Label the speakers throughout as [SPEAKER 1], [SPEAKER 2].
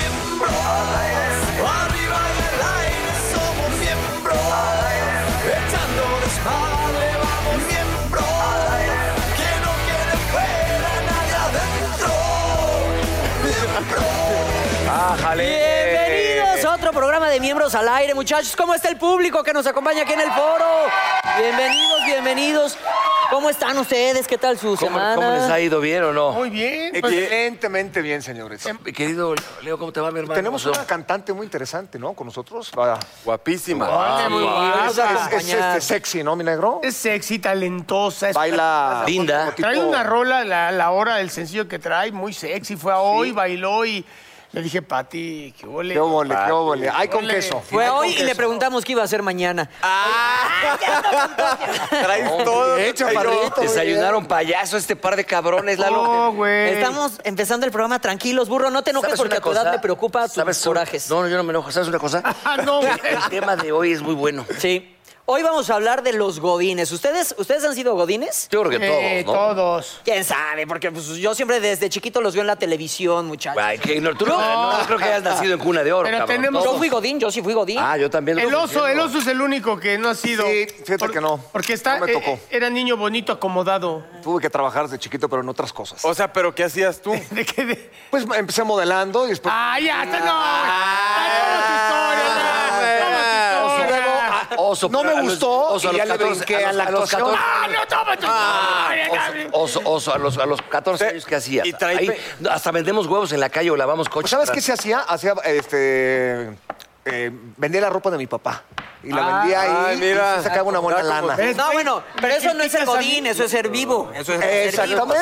[SPEAKER 1] y al aire somos miembro. Echando desmadre vamos miembro. Que no quede fuera nadie adentro.
[SPEAKER 2] Bienvenidos a otro programa de Miembros al Aire, muchachos. ¿Cómo está el público que nos acompaña aquí en el foro? Bienvenidos, bienvenidos. ¿Cómo están ustedes? ¿Qué tal su
[SPEAKER 3] ¿Cómo,
[SPEAKER 2] semana?
[SPEAKER 3] cómo les ha ido bien o no?
[SPEAKER 4] Muy bien,
[SPEAKER 3] Eh,
[SPEAKER 4] pues,
[SPEAKER 3] que-
[SPEAKER 4] excelentemente bien, señores.
[SPEAKER 3] Mi Querido Leo, ¿cómo te va, mi hermano?
[SPEAKER 4] Tenemos
[SPEAKER 3] No.
[SPEAKER 4] una cantante muy interesante, ¿no? Con nosotros. Va-
[SPEAKER 3] guapísima.
[SPEAKER 4] es, es- es,
[SPEAKER 2] acompañar.
[SPEAKER 4] este, sexy, ¿no, mi negro?
[SPEAKER 5] Es sexy, talentosa. es-
[SPEAKER 4] Baila.
[SPEAKER 3] Linda.
[SPEAKER 4] como tipo-
[SPEAKER 5] Trae una rola, la, la hora del sencillo que trae, muy sexy. Fue a hoy, bailó y le dije, Pati, qué ole.
[SPEAKER 4] Qué óvole, qué óvole. Ay, con
[SPEAKER 5] Ole.
[SPEAKER 4] queso.
[SPEAKER 2] Fue
[SPEAKER 4] Ay, con
[SPEAKER 2] hoy y le
[SPEAKER 4] queso.
[SPEAKER 2] preguntamos qué iba a hacer mañana.
[SPEAKER 3] Ah. Traes todo.
[SPEAKER 4] bien, chaparrito,
[SPEAKER 3] Desayunaron payaso este par de cabrones, Lalo.
[SPEAKER 5] No, Oh, güey.
[SPEAKER 2] Estamos empezando el programa tranquilos, burro. No te enojes
[SPEAKER 3] ¿Sabes
[SPEAKER 2] porque
[SPEAKER 3] una
[SPEAKER 2] a tu edad
[SPEAKER 3] cosa?
[SPEAKER 2] me preocupa tus
[SPEAKER 3] ¿Sabes una-
[SPEAKER 2] corajes.
[SPEAKER 3] No, no, yo no me enojo. ¿Sabes una cosa?
[SPEAKER 5] Ah, no, güey.
[SPEAKER 3] El tema de hoy es muy bueno.
[SPEAKER 2] Sí. Hoy vamos a hablar de los godines. ¿Ustedes, ¿ustedes han sido godines?
[SPEAKER 3] Yo creo que
[SPEAKER 5] Eh,
[SPEAKER 3] todos, ¿no?
[SPEAKER 5] todos.
[SPEAKER 2] ¿Quién sabe? Porque pues, yo siempre desde chiquito los veo en la televisión, muchachos.
[SPEAKER 3] Ay, que no, tú no, no, no creo que hayas nacido en cuna de oro,
[SPEAKER 5] Pero
[SPEAKER 3] cabrón.
[SPEAKER 5] tenemos-
[SPEAKER 3] Todos.
[SPEAKER 2] Yo fui godín, yo sí fui godín.
[SPEAKER 3] Ah, yo también. lo
[SPEAKER 5] El oso,
[SPEAKER 3] defiendo.
[SPEAKER 5] el oso es el único que no ha sido.
[SPEAKER 4] Sí, fíjate que no.
[SPEAKER 5] Porque está,
[SPEAKER 4] No me
[SPEAKER 5] eh,
[SPEAKER 4] tocó.
[SPEAKER 5] eh, era niño bonito, acomodado.
[SPEAKER 4] Tuve que trabajar desde chiquito, pero en otras cosas.
[SPEAKER 6] O sea, pero ¿qué hacías tú?
[SPEAKER 5] De que de-
[SPEAKER 4] Pues empecé modelando y después.
[SPEAKER 5] ¡Ah, ya! ¡Está no! ¡Ah, toma
[SPEAKER 4] Ah,
[SPEAKER 5] tu
[SPEAKER 4] pues
[SPEAKER 5] historia,
[SPEAKER 4] luego,
[SPEAKER 5] ya!
[SPEAKER 4] ah,
[SPEAKER 5] ¡Toma tu historia!
[SPEAKER 3] Oso,
[SPEAKER 4] no
[SPEAKER 3] pero a
[SPEAKER 4] me
[SPEAKER 3] los-
[SPEAKER 4] gustó
[SPEAKER 3] oso a
[SPEAKER 4] y
[SPEAKER 3] los
[SPEAKER 4] ya le
[SPEAKER 3] 14,
[SPEAKER 4] brinqué
[SPEAKER 3] a
[SPEAKER 4] a,
[SPEAKER 3] los-
[SPEAKER 4] la
[SPEAKER 3] a los
[SPEAKER 4] actuación.
[SPEAKER 3] 14.
[SPEAKER 5] ¡Ah, no, toma tu historia!
[SPEAKER 3] Ah, Oso, oso, a los, a los 14 años, ¿qué hacías?
[SPEAKER 6] Y trae-
[SPEAKER 3] Ahí, hasta vendemos huevos en la calle o lavamos
[SPEAKER 4] Pues,
[SPEAKER 3] coches.
[SPEAKER 4] ¿Sabes qué se hacía? Hacía, este, eh, vendía la ropa de mi papá. Y la vendía ahí
[SPEAKER 6] Ah, ay, mira.
[SPEAKER 4] y se sacaba una buena
[SPEAKER 6] Ah, como-
[SPEAKER 4] lana.
[SPEAKER 3] pues,
[SPEAKER 5] ¿Ves?
[SPEAKER 2] No, bueno, pero eso no es
[SPEAKER 5] Criticas
[SPEAKER 2] ser
[SPEAKER 5] a mí.
[SPEAKER 2] godín, eso es ser vivo. Eso es ser vivo.
[SPEAKER 3] pues, Es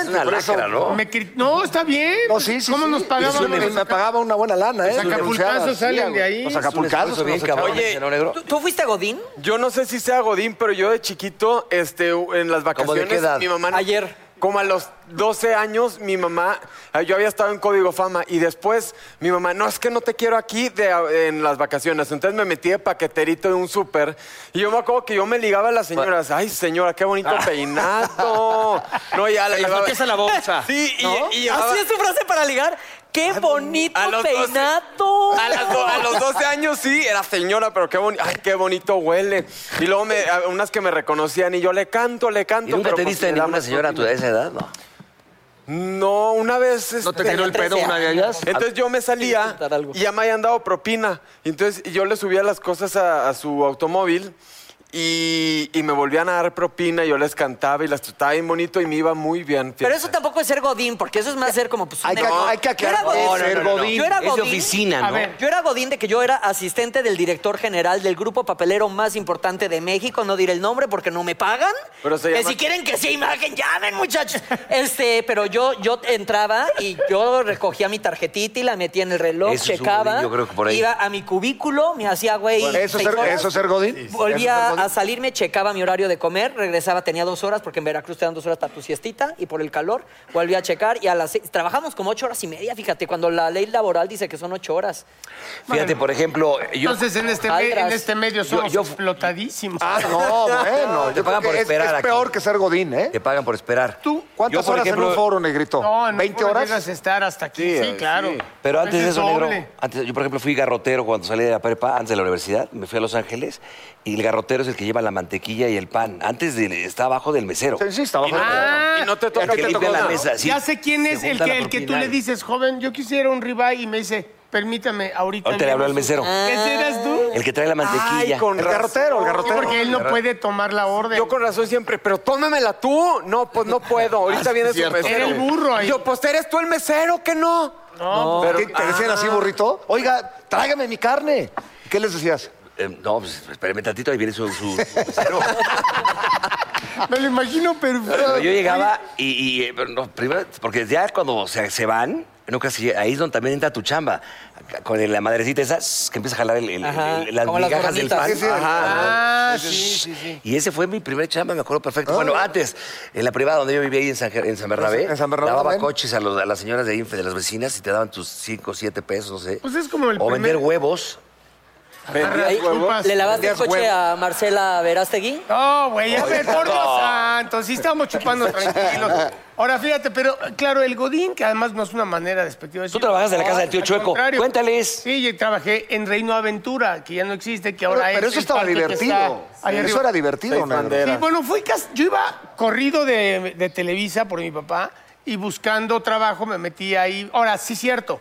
[SPEAKER 4] Exactamente.
[SPEAKER 3] una
[SPEAKER 4] por eso-
[SPEAKER 3] lacra, ¿no?
[SPEAKER 5] Me cri- No, está bien.
[SPEAKER 4] No, sí, sí.
[SPEAKER 5] ¿Cómo
[SPEAKER 4] sí.
[SPEAKER 5] nos
[SPEAKER 4] Y
[SPEAKER 5] pagaban?
[SPEAKER 4] me- Me pagaba una buena lana, ¿eh?
[SPEAKER 5] Los acapulcazos
[SPEAKER 4] Sí,
[SPEAKER 5] salen
[SPEAKER 4] güey.
[SPEAKER 5] de ahí.
[SPEAKER 4] Los
[SPEAKER 5] Es un
[SPEAKER 4] acapulcazos
[SPEAKER 3] Eso
[SPEAKER 4] que
[SPEAKER 3] bien,
[SPEAKER 4] nos
[SPEAKER 3] cabrón,
[SPEAKER 4] echaban.
[SPEAKER 6] Oye,
[SPEAKER 3] ¿no, negro?
[SPEAKER 2] ¿Tú, tú fuiste godín?
[SPEAKER 6] Yo no sé si sea Godín, pero yo de chiquito, este, en las
[SPEAKER 3] ¿Cómo de
[SPEAKER 6] vacaciones,
[SPEAKER 3] qué edad?
[SPEAKER 6] mi mamá.
[SPEAKER 2] Ayer.
[SPEAKER 6] Como a los 12 años, mi mamá, eh, yo había estado en Código Fama y después mi mamá, no, es que no te quiero aquí de- en las vacaciones. Entonces me metí de paqueterito de un súper y yo me acuerdo que yo me ligaba a las señoras. Ay, señora, qué bonito peinado. No, ya la llevaba.
[SPEAKER 3] metías a Ah, la bolsa,
[SPEAKER 6] Sí, y, y llevaba-
[SPEAKER 2] Así es tu frase para ligar. ¡Qué bonito
[SPEAKER 6] a los doce-
[SPEAKER 2] peinado!
[SPEAKER 6] A, las do- a los 12 años sí, era señora, pero qué, boni- ay, qué bonito huele. Y luego me, a- unas que me reconocían y yo le canto, le
[SPEAKER 3] ¿Y
[SPEAKER 6] canto.
[SPEAKER 3] nunca
[SPEAKER 6] pero
[SPEAKER 3] te
[SPEAKER 6] pues
[SPEAKER 3] diste
[SPEAKER 6] me
[SPEAKER 3] ninguna
[SPEAKER 6] daba-
[SPEAKER 3] señora a tu, a esa edad? No.
[SPEAKER 6] No, una vez. este,
[SPEAKER 2] pedo una de ellas?
[SPEAKER 6] Entonces yo me salía
[SPEAKER 2] Intentar algo.
[SPEAKER 6] y ya me habían dado propina. Y Entonces yo le subía las cosas a, a su automóvil y, y me volvían a dar propina. y Yo les cantaba y las trataba bien bonito y me iba muy bien.
[SPEAKER 2] Pero
[SPEAKER 6] fíjate.
[SPEAKER 2] eso tampoco es ser godín, porque eso es más ser como... Pues,
[SPEAKER 4] Hay que-
[SPEAKER 2] un-
[SPEAKER 4] hay que aclarar
[SPEAKER 2] Yo era
[SPEAKER 4] que es
[SPEAKER 2] godín.
[SPEAKER 4] ser godín.
[SPEAKER 2] Yo era
[SPEAKER 3] Es de
[SPEAKER 2] godín.
[SPEAKER 3] oficina,
[SPEAKER 5] A
[SPEAKER 3] ¿no?
[SPEAKER 5] ver.
[SPEAKER 2] Yo era Godín de que yo era asistente del director general del grupo papelero más importante de México. No diré el nombre porque no me pagan.
[SPEAKER 6] Pero se
[SPEAKER 2] Que
[SPEAKER 6] llama-
[SPEAKER 2] Eh, si quieren que sea imagen, llamen, muchachos. Este, pero yo, yo entraba y yo recogía mi tarjetita y la metía en el reloj,
[SPEAKER 3] Eso es un
[SPEAKER 2] checaba.
[SPEAKER 3] godín, yo creo que por ahí.
[SPEAKER 2] Iba a mi cubículo, me hacía güey.
[SPEAKER 4] Eso es
[SPEAKER 2] seis
[SPEAKER 4] ser-
[SPEAKER 2] horas.
[SPEAKER 4] eso es ser Godín. Eso es
[SPEAKER 2] Volvía
[SPEAKER 4] ser Godín.
[SPEAKER 2] a salirme, checaba mi horario de comer, regresaba, tenía dos horas, porque en Veracruz te dan dos horas para tu siestita y por el calor, volví a checar y a las seis, trabajamos como ocho horas y media, fíjate, cuando la ley laboral dice que son ocho horas.
[SPEAKER 3] Fíjate, por ejemplo, yo.
[SPEAKER 5] Entonces, en este, me-
[SPEAKER 2] Algas.
[SPEAKER 5] en este medio somos explotadísimos.
[SPEAKER 4] Ah, no, bueno.
[SPEAKER 3] Te
[SPEAKER 4] yo creo
[SPEAKER 3] pagan por
[SPEAKER 4] que es-
[SPEAKER 3] esperar
[SPEAKER 4] Es
[SPEAKER 3] aquí.
[SPEAKER 4] peor que ser Godín, ¿eh?
[SPEAKER 3] Te pagan por esperar.
[SPEAKER 4] ¿Tú cuántas
[SPEAKER 3] Yo, por
[SPEAKER 4] horas en un
[SPEAKER 3] ejemplo,
[SPEAKER 4] foro, negrito?
[SPEAKER 5] No, en
[SPEAKER 4] ¿20
[SPEAKER 5] el foro
[SPEAKER 4] horas?
[SPEAKER 5] llegas a estar hasta aquí.
[SPEAKER 6] Sí,
[SPEAKER 5] Sí,
[SPEAKER 6] sí.
[SPEAKER 5] claro.
[SPEAKER 3] Pero antes
[SPEAKER 5] Ese
[SPEAKER 3] de
[SPEAKER 5] es
[SPEAKER 3] eso, negro,
[SPEAKER 5] doble.
[SPEAKER 3] antes, yo por ejemplo fui garrotero cuando salí de la prepa, antes de la universidad, me fui a Los Ángeles y el garrotero es el que lleva la mantequilla y el pan. Antes de, está abajo del mesero.
[SPEAKER 4] Sí, sí, está abajo.
[SPEAKER 6] Y no te
[SPEAKER 3] El
[SPEAKER 6] toca
[SPEAKER 3] que
[SPEAKER 6] el que
[SPEAKER 3] limpia
[SPEAKER 6] tocó
[SPEAKER 3] la
[SPEAKER 6] nada.
[SPEAKER 3] mesa. sí.
[SPEAKER 5] Ah. Ya sé quién es
[SPEAKER 3] Se
[SPEAKER 5] el
[SPEAKER 3] junta la
[SPEAKER 5] que, el que tú
[SPEAKER 3] propina.
[SPEAKER 5] le dices, joven, yo quisiera un ribeye y me dice, permítame, ahorita.
[SPEAKER 3] Ahorita le habló al
[SPEAKER 5] mismo".
[SPEAKER 3] mesero.
[SPEAKER 2] Ah.
[SPEAKER 5] ¿Ese eras tú?
[SPEAKER 3] El que trae la mantequilla.
[SPEAKER 6] Ay, con
[SPEAKER 4] El
[SPEAKER 6] razón.
[SPEAKER 4] garrotero, el
[SPEAKER 5] Sí,
[SPEAKER 4] garrotero.
[SPEAKER 5] porque él no puede tomar la orden.
[SPEAKER 6] Yo con razón siempre, pero tómamela tú. No, pues no puedo. Ahorita viene su
[SPEAKER 5] Ah, cierto.
[SPEAKER 6] mesero.
[SPEAKER 5] Era el burro ahí.
[SPEAKER 6] Yo, pues eres tú el mesero, que no.
[SPEAKER 5] No, ah.
[SPEAKER 4] Pero, ¿Qué te decían así, burrito? Oiga, tráigame mi carne. ¿Qué les decías?
[SPEAKER 3] Eh, no, pues espérame tantito, ahí viene su, su- su mesero.
[SPEAKER 5] me lo imagino perfecto.
[SPEAKER 3] Pero yo llegaba y, y, eh, pero no, primero, porque ya cuando se, se van, no casi, ahí es donde también entra tu chamba. Con la madrecita esa shh, que empieza a jalar el, el-
[SPEAKER 2] Ajá,
[SPEAKER 3] el- las
[SPEAKER 2] como las
[SPEAKER 3] migajas del pan.
[SPEAKER 2] gorditas. Sí,
[SPEAKER 4] sí,
[SPEAKER 5] Ah,
[SPEAKER 3] Ajá. Y ese fue mi primer chamba, me acuerdo perfecto. Bueno, antes, en la privada donde yo vivía ahí en San, Ger- en San Bernabé,
[SPEAKER 4] Ah. En San Bernabé
[SPEAKER 3] lavaba
[SPEAKER 4] también.
[SPEAKER 3] coches a, los- a las señoras de ahí, de las vecinas, y te daban tus 5 7 pesos, no sé.
[SPEAKER 5] Pues es como el
[SPEAKER 3] O vender
[SPEAKER 5] primer-
[SPEAKER 3] huevos.
[SPEAKER 6] Vendías
[SPEAKER 2] Ahí,
[SPEAKER 6] huevos.
[SPEAKER 5] Disculpas.
[SPEAKER 2] ¿Le lavaste el
[SPEAKER 6] Vendías
[SPEAKER 2] coche
[SPEAKER 6] huevos.
[SPEAKER 2] a Marcela Verástegui?
[SPEAKER 5] No, güey, ya me por Dios santo, sí estábamos chupando tranquilos. Ahora fíjate, pero claro, el Godín, que además no es una manera despectiva de
[SPEAKER 3] Tú
[SPEAKER 5] decirlo.
[SPEAKER 3] trabajaste en la casa del tío
[SPEAKER 5] al
[SPEAKER 3] Chueco.
[SPEAKER 5] contrario.
[SPEAKER 3] Cuéntales.
[SPEAKER 5] Sí, yo trabajé en Reino Aventura, que ya no existe, que
[SPEAKER 4] Pero,
[SPEAKER 5] ahora
[SPEAKER 4] pero
[SPEAKER 5] es
[SPEAKER 4] eso
[SPEAKER 5] el
[SPEAKER 4] estaba
[SPEAKER 5] parque que está
[SPEAKER 4] divertido.
[SPEAKER 5] ahí
[SPEAKER 4] Eso
[SPEAKER 5] arriba.
[SPEAKER 4] era divertido,
[SPEAKER 6] Seis banderas.
[SPEAKER 4] ¿no?
[SPEAKER 5] Sí, bueno, fui cas- yo iba corrido de, de Televisa por mi papá y buscando trabajo me metí ahí. Ahora, sí cierto.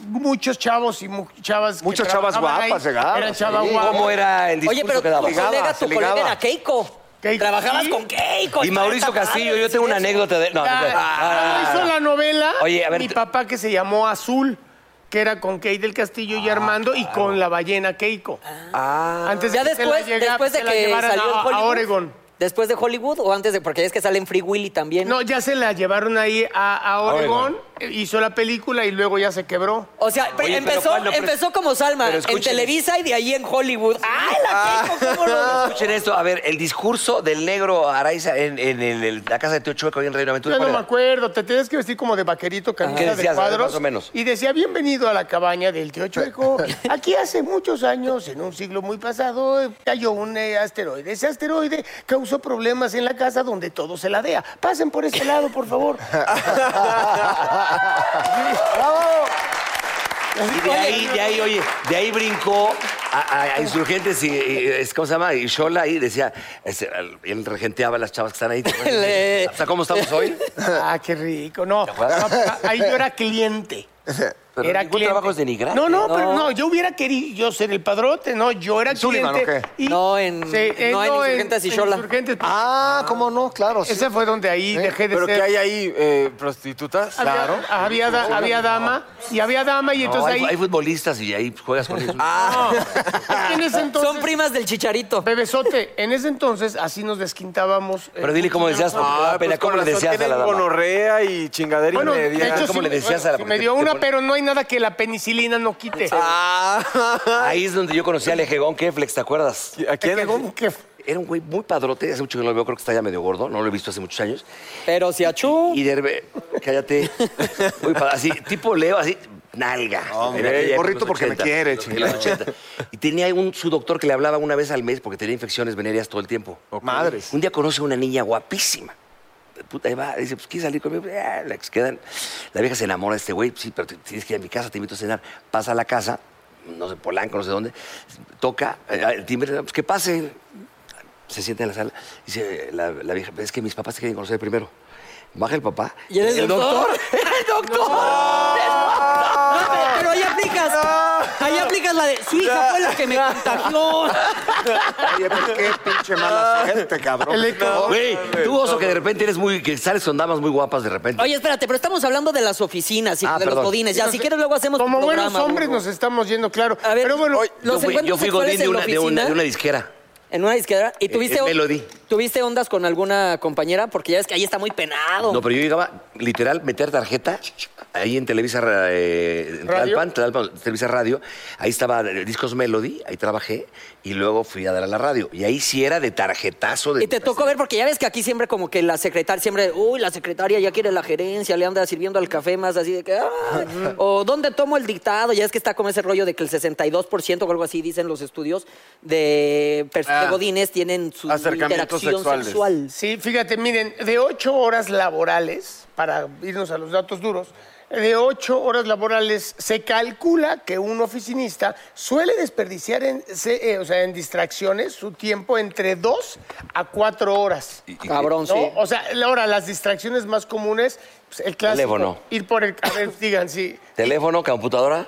[SPEAKER 5] Muchos chavos y mu- chavas. que
[SPEAKER 4] Muchas chavas
[SPEAKER 5] trabajaban ahí
[SPEAKER 4] guapas llegaban,
[SPEAKER 5] Eran chavas
[SPEAKER 4] sí.
[SPEAKER 5] guapas.
[SPEAKER 3] ¿Cómo era el discurso
[SPEAKER 2] Oye, pero
[SPEAKER 3] que
[SPEAKER 2] tu
[SPEAKER 3] daba?
[SPEAKER 2] colega,
[SPEAKER 4] se
[SPEAKER 2] tu
[SPEAKER 4] ligaba.
[SPEAKER 2] colega era Keiko.
[SPEAKER 5] Keiko,
[SPEAKER 2] Trabajabas
[SPEAKER 5] sí.
[SPEAKER 2] con Keiko.
[SPEAKER 3] Y Mauricio Castillo, yo tengo una anécdota de. No, no,
[SPEAKER 5] Ya,
[SPEAKER 3] no. Ah,
[SPEAKER 5] cuando hizo la novela.
[SPEAKER 3] Oye, a ver,
[SPEAKER 5] Mi
[SPEAKER 3] te-
[SPEAKER 5] papá que se llamó Azul, que era con Kate del Castillo
[SPEAKER 3] Ah,
[SPEAKER 5] y Armando y con la ballena Keiko. Ah. Antes
[SPEAKER 2] Ya
[SPEAKER 5] de que se la
[SPEAKER 2] después,
[SPEAKER 5] llega-
[SPEAKER 2] después de
[SPEAKER 5] se la
[SPEAKER 2] que
[SPEAKER 5] llevaran
[SPEAKER 2] salió
[SPEAKER 5] a-
[SPEAKER 2] en Hollywood.
[SPEAKER 5] a Oregon.
[SPEAKER 2] ¿Después de Hollywood o antes de...? Porque es que sale en Free Willy también.
[SPEAKER 5] No, ya se la llevaron ahí a, a Oregon, hizo la película y luego ya se quebró.
[SPEAKER 2] O sea,
[SPEAKER 3] Oye,
[SPEAKER 2] empezó,
[SPEAKER 3] pero ¿cuál? No, pero-
[SPEAKER 2] empezó como Salma,
[SPEAKER 3] pero
[SPEAKER 2] en
[SPEAKER 3] escuchen-
[SPEAKER 2] Televisa y de ahí en Hollywood. ¡Ay, la Keiko! ¿Cómo
[SPEAKER 3] Ah, no,
[SPEAKER 2] no?
[SPEAKER 3] Escuchen esto, a ver, el discurso del negro Araiza en, en el- el- la casa de Tío Chueco ahí en Reino Aventura.
[SPEAKER 5] Yo no
[SPEAKER 3] ¿cuál
[SPEAKER 5] me
[SPEAKER 3] era?
[SPEAKER 5] acuerdo, te tenías que vestir como de vaquerito, camisa
[SPEAKER 3] ¿Qué
[SPEAKER 5] de
[SPEAKER 3] decías,
[SPEAKER 5] cuadros.
[SPEAKER 3] más o menos?
[SPEAKER 5] Y decía, bienvenido a la cabaña del tío Chueco. Aquí hace muchos años, en un siglo muy pasado, cayó un eh, asteroide. Ese asteroide causó problemas en la casa donde todo se ladea. Pasen por este lado, por favor.
[SPEAKER 3] Y de ahí, de ahí, oye, de ahí brincó a, a- a Insurgentes y, y- es- ¿cómo se llama? Y Shola ahí decía, este, al- él regenteaba a las chavas que están ahí. ¿te acuerdas?
[SPEAKER 2] Le-
[SPEAKER 3] O sea, ¿cómo estamos hoy?
[SPEAKER 5] ah, qué rico. No,
[SPEAKER 3] acuerdas?
[SPEAKER 5] ahí yo era cliente.
[SPEAKER 3] Pero
[SPEAKER 5] era
[SPEAKER 3] ningún trabajo es denigrante,
[SPEAKER 5] No, no,
[SPEAKER 2] ¿no?
[SPEAKER 5] pero no, yo hubiera querido yo ser el padrote, no, yo era
[SPEAKER 4] Sullivan,
[SPEAKER 5] cliente.
[SPEAKER 4] ¿o
[SPEAKER 5] y-
[SPEAKER 2] No, en- no, en Insurgentes y
[SPEAKER 5] en
[SPEAKER 2] Xola.
[SPEAKER 5] Insurgentes.
[SPEAKER 4] Ah, cómo no, claro. sí.
[SPEAKER 5] Ese fue donde ahí dejé de
[SPEAKER 6] Pero
[SPEAKER 5] ser.
[SPEAKER 6] ¿qué hay ahí? eh, ¿Prostitutas?
[SPEAKER 5] Había, había, da- había dama y había dama y
[SPEAKER 3] No,
[SPEAKER 5] entonces
[SPEAKER 3] hay,
[SPEAKER 5] ahí Ah,
[SPEAKER 3] hay futbolistas y ahí juegas con ellos.
[SPEAKER 5] en ese entonces
[SPEAKER 2] Son primas del Chicharito.
[SPEAKER 5] bebesote en ese entonces así nos desquintábamos eh,
[SPEAKER 3] Pero dile cómo decías, porque te
[SPEAKER 6] Ah,
[SPEAKER 3] daba pena,
[SPEAKER 6] pues con
[SPEAKER 3] ¿cómo le
[SPEAKER 6] razón
[SPEAKER 3] decías a la
[SPEAKER 6] tienen
[SPEAKER 3] dama?
[SPEAKER 6] gonorrea y chingadera
[SPEAKER 5] bueno
[SPEAKER 6] y
[SPEAKER 5] de
[SPEAKER 6] media.
[SPEAKER 5] hecho
[SPEAKER 3] ¿Cómo
[SPEAKER 5] sí,
[SPEAKER 3] le decías a la-
[SPEAKER 5] sí me
[SPEAKER 3] porque
[SPEAKER 5] dio
[SPEAKER 3] te- te
[SPEAKER 5] una
[SPEAKER 3] pone-
[SPEAKER 5] pero no hay nada que la penicilina no quite
[SPEAKER 6] Ah,
[SPEAKER 3] Ahí es donde yo conocí a Lejegón Keflex, ¿te acuerdas?
[SPEAKER 6] ¿A quién?
[SPEAKER 5] que
[SPEAKER 3] Era un güey muy padrote, hace mucho que no lo veo, creo que está ya medio gordo, no lo he visto hace muchos años.
[SPEAKER 2] Pero si a Chu...
[SPEAKER 3] Y de repente, cállate, muy padre, así, tipo Leo, así, nalga. En aquella época,
[SPEAKER 4] gorrito
[SPEAKER 3] los
[SPEAKER 4] porque me quiere,
[SPEAKER 3] los- en los 80. Y tenía un, su doctor que le hablaba una vez al mes porque tenía infecciones venéreas todo el tiempo.
[SPEAKER 4] Madres.
[SPEAKER 3] Un día conoce a una niña guapísima. Puta, ahí va, dice, pues, ¿quieres salir conmigo? Ah, la que se quedan. La vieja se enamora de este güey, sí, pero te- tienes que ir a mi casa, te invito a cenar. Pasa a la casa, no sé, Polanco, no sé dónde, toca, eh, el timbre, pues que pase. Se sienta en la sala, dice la, la vieja, es que mis papás te quieren conocer primero. Baja el papá.
[SPEAKER 2] ¿Y eres el doctor?
[SPEAKER 3] ¡Era el doctor!
[SPEAKER 2] No, pero- pero ahí aplicas. Ahí aplicas la de su hija fue la que me contagió.
[SPEAKER 4] Oye, pero qué pinche mala suerte, cabrón.
[SPEAKER 3] Güey, tú oso que de repente eres muy, que sales con damas muy guapas de repente.
[SPEAKER 2] Oye, espérate, pero estamos hablando de las oficinas y
[SPEAKER 3] Ah,
[SPEAKER 2] de los
[SPEAKER 3] perdón.
[SPEAKER 2] godines. Ya, si quieres luego hacemos
[SPEAKER 5] como
[SPEAKER 2] tu programa.
[SPEAKER 5] buenos hombres
[SPEAKER 2] Bruno.
[SPEAKER 5] nos estamos yendo claro
[SPEAKER 2] A ver,
[SPEAKER 5] pero bueno
[SPEAKER 2] hoy-
[SPEAKER 3] yo
[SPEAKER 2] los
[SPEAKER 3] fui, yo
[SPEAKER 2] encuentros
[SPEAKER 3] fui
[SPEAKER 2] sexuales
[SPEAKER 3] godín de
[SPEAKER 2] en la
[SPEAKER 3] una, de, una,
[SPEAKER 2] oficina.
[SPEAKER 3] de una disquera.
[SPEAKER 2] En una disquera. ¿Y
[SPEAKER 3] En-
[SPEAKER 2] tuviste,
[SPEAKER 3] en
[SPEAKER 2] on-
[SPEAKER 3] Melody.
[SPEAKER 2] tuviste ondas con alguna compañera? Porque ya es que ahí está muy penado.
[SPEAKER 3] No, pero yo llegaba, literal, meter tarjeta ahí en Televisa eh, en
[SPEAKER 5] ¿Radio?
[SPEAKER 3] Tlalpan, Tlalpan, Televisa Radio. Ahí estaba eh, Discos Melody, ahí trabajé y luego fui a dar a la radio. Y ahí sí era de tarjetazo. De,
[SPEAKER 2] y te tocó ver, porque ya ves que aquí siempre como que la secretaria, siempre, uy, la secretaria ya quiere la gerencia, le anda sirviendo al café más así de que, "Ay". o ¿dónde tomo el dictado? Ya es que está como ese rollo de que el 62% o algo así dicen los estudios de, pers- de godines tienen su
[SPEAKER 6] Acercamientos
[SPEAKER 2] interacción
[SPEAKER 6] sexuales.
[SPEAKER 2] sexual.
[SPEAKER 5] Sí, fíjate, miren, de ocho horas laborales, para irnos a los datos duros, de ocho horas laborales se calcula que un oficinista suele desperdiciar en, se- eh, o sea, en distracciones su tiempo entre dos a cuatro horas.
[SPEAKER 2] Cabrón,
[SPEAKER 5] ¿no?
[SPEAKER 2] sí.
[SPEAKER 5] O sea, ahora, las distracciones más comunes, pues, el clásico.
[SPEAKER 3] Teléfono.
[SPEAKER 5] Ir por el. A ver, digan, sí.
[SPEAKER 3] Teléfono, computadora.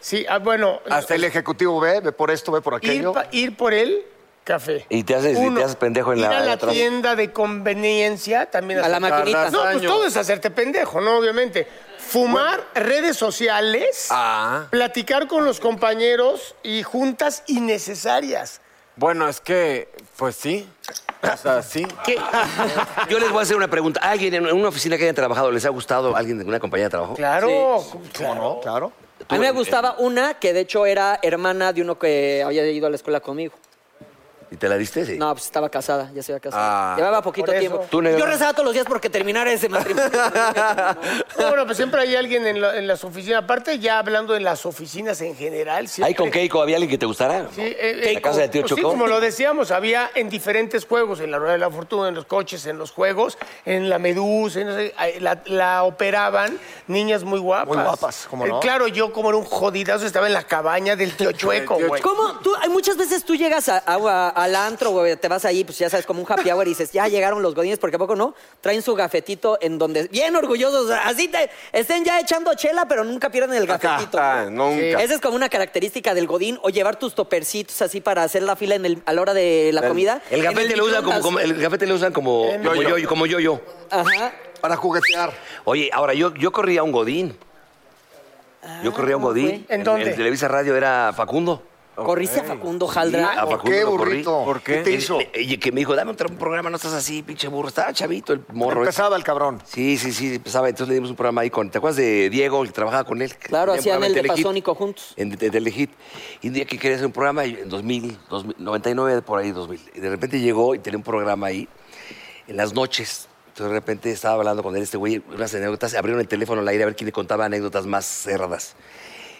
[SPEAKER 5] Sí, ah, bueno.
[SPEAKER 4] Hasta el ejecutivo ve, ve por esto, ve por
[SPEAKER 5] ir,
[SPEAKER 4] aquello.
[SPEAKER 5] pa- ir por el café.
[SPEAKER 3] Y te haces- y te
[SPEAKER 5] Uno,
[SPEAKER 3] haces pendejo en la-
[SPEAKER 5] Ir a
[SPEAKER 3] en
[SPEAKER 5] la
[SPEAKER 3] atrás.
[SPEAKER 5] tienda de conveniencia también.
[SPEAKER 2] A la
[SPEAKER 5] hacer-
[SPEAKER 2] maquinita.
[SPEAKER 5] No, pues
[SPEAKER 6] Año.
[SPEAKER 5] todo es hacerte pendejo, ¿no? Obviamente. Fumar, redes sociales,
[SPEAKER 6] Ah.
[SPEAKER 5] platicar con los compañeros y juntas innecesarias.
[SPEAKER 6] Bueno, es que, pues sí. O sea, sí.
[SPEAKER 5] Que-
[SPEAKER 3] Yo les voy a hacer una pregunta. ¿Alguien en una oficina que haya trabajado les ha gustado alguien de una compañía de trabajo?
[SPEAKER 5] claro, claro.
[SPEAKER 4] Claro.
[SPEAKER 2] A mí me gustaba una que de hecho era hermana de uno que había ido a la escuela conmigo.
[SPEAKER 3] ¿Y te la diste? Sí.
[SPEAKER 2] No, pues estaba casada, ya se había casado.
[SPEAKER 6] Ah.
[SPEAKER 2] Llevaba poquito
[SPEAKER 5] Por eso.
[SPEAKER 2] tiempo.
[SPEAKER 3] Tú, negro.
[SPEAKER 2] Yo rezaba todos los días porque terminara ese matrimonio.
[SPEAKER 5] No, bueno, pues siempre hay alguien en, la- en las oficinas. Aparte, ya hablando de las oficinas en general. siempre-
[SPEAKER 3] ¿Ahí con Keiko había alguien que te gustara?
[SPEAKER 5] Sí, eh,
[SPEAKER 3] ¿En
[SPEAKER 5] eh,
[SPEAKER 3] la casa del tío
[SPEAKER 5] pues sí,
[SPEAKER 3] Chocó?
[SPEAKER 5] como lo decíamos, había en diferentes juegos, en la Rueda de la Fortuna, en los coches, en los juegos, en la Medusa, en no sé, eh, la, la operaban niñas muy guapas.
[SPEAKER 4] Muy guapas, ¿cómo
[SPEAKER 5] Eh,
[SPEAKER 4] no?
[SPEAKER 5] Claro, yo como era un jodidazo estaba en la cabaña del tío Chueco, güey.
[SPEAKER 2] ¿Cómo? Tú, hay muchas veces tú llegas a- a- a- al antro, güey, te vas ahí, pues ya sabes, como un happy hour y dices, ya llegaron los godines, porque a poco no, traen su gafetito en donde, bien orgullosos, así te, estén ya echando chela, pero nunca pierden el gafetito.
[SPEAKER 6] Ah,
[SPEAKER 2] güey.
[SPEAKER 6] nunca.
[SPEAKER 2] Esa es como una característica del godín, o llevar tus topercitos así para hacer la fila en el- a la hora de la comida.
[SPEAKER 3] El
[SPEAKER 2] En
[SPEAKER 3] gafete lo usan como,
[SPEAKER 2] microondas.
[SPEAKER 3] como- el gafete lo usan como, como yo,
[SPEAKER 6] yo-yo.
[SPEAKER 3] como yo, yo.
[SPEAKER 2] Ajá.
[SPEAKER 4] Para juguetear.
[SPEAKER 3] Oye, ahora yo, yo corría un Godín. Yo corría un
[SPEAKER 2] Ah, ¿cómo
[SPEAKER 3] Godín.
[SPEAKER 5] fue? ¿En dónde?
[SPEAKER 3] En Televisa Radio era Facundo.
[SPEAKER 2] Corriste a Facundo Jaldra.
[SPEAKER 3] A
[SPEAKER 4] ¿Por
[SPEAKER 3] Facundo
[SPEAKER 4] Oh, qué,
[SPEAKER 3] lo corrí.
[SPEAKER 4] burrito?
[SPEAKER 6] ¿Por
[SPEAKER 4] ¿Qué
[SPEAKER 6] qué?
[SPEAKER 4] te
[SPEAKER 3] Y-
[SPEAKER 4] hizo?
[SPEAKER 3] le- Y que me dijo, dame otro programa, no estás así, pinche burro. Estaba chavito el morro. ese.
[SPEAKER 4] Empezaba el cabrón.
[SPEAKER 3] Sí, sí, sí, empezaba. Entonces le dimos un programa ahí con. ¿Te acuerdas de Diego, el que trabajaba con él? Que
[SPEAKER 2] Claro,
[SPEAKER 3] tenía un
[SPEAKER 2] hacían
[SPEAKER 3] programa en
[SPEAKER 2] el de
[SPEAKER 3] Telehit.
[SPEAKER 2] Pasónico juntos.
[SPEAKER 3] En de- Telehit. Y un día que quería hacer un programa y en 2000, 2000, 99, por ahí, 2000. Y de repente llegó y tenía un programa ahí en las noches. Entonces de repente estaba hablando con él, este güey, unas anécdotas. Abrieron el teléfono al aire a ver quién le contaba anécdotas más cerradas.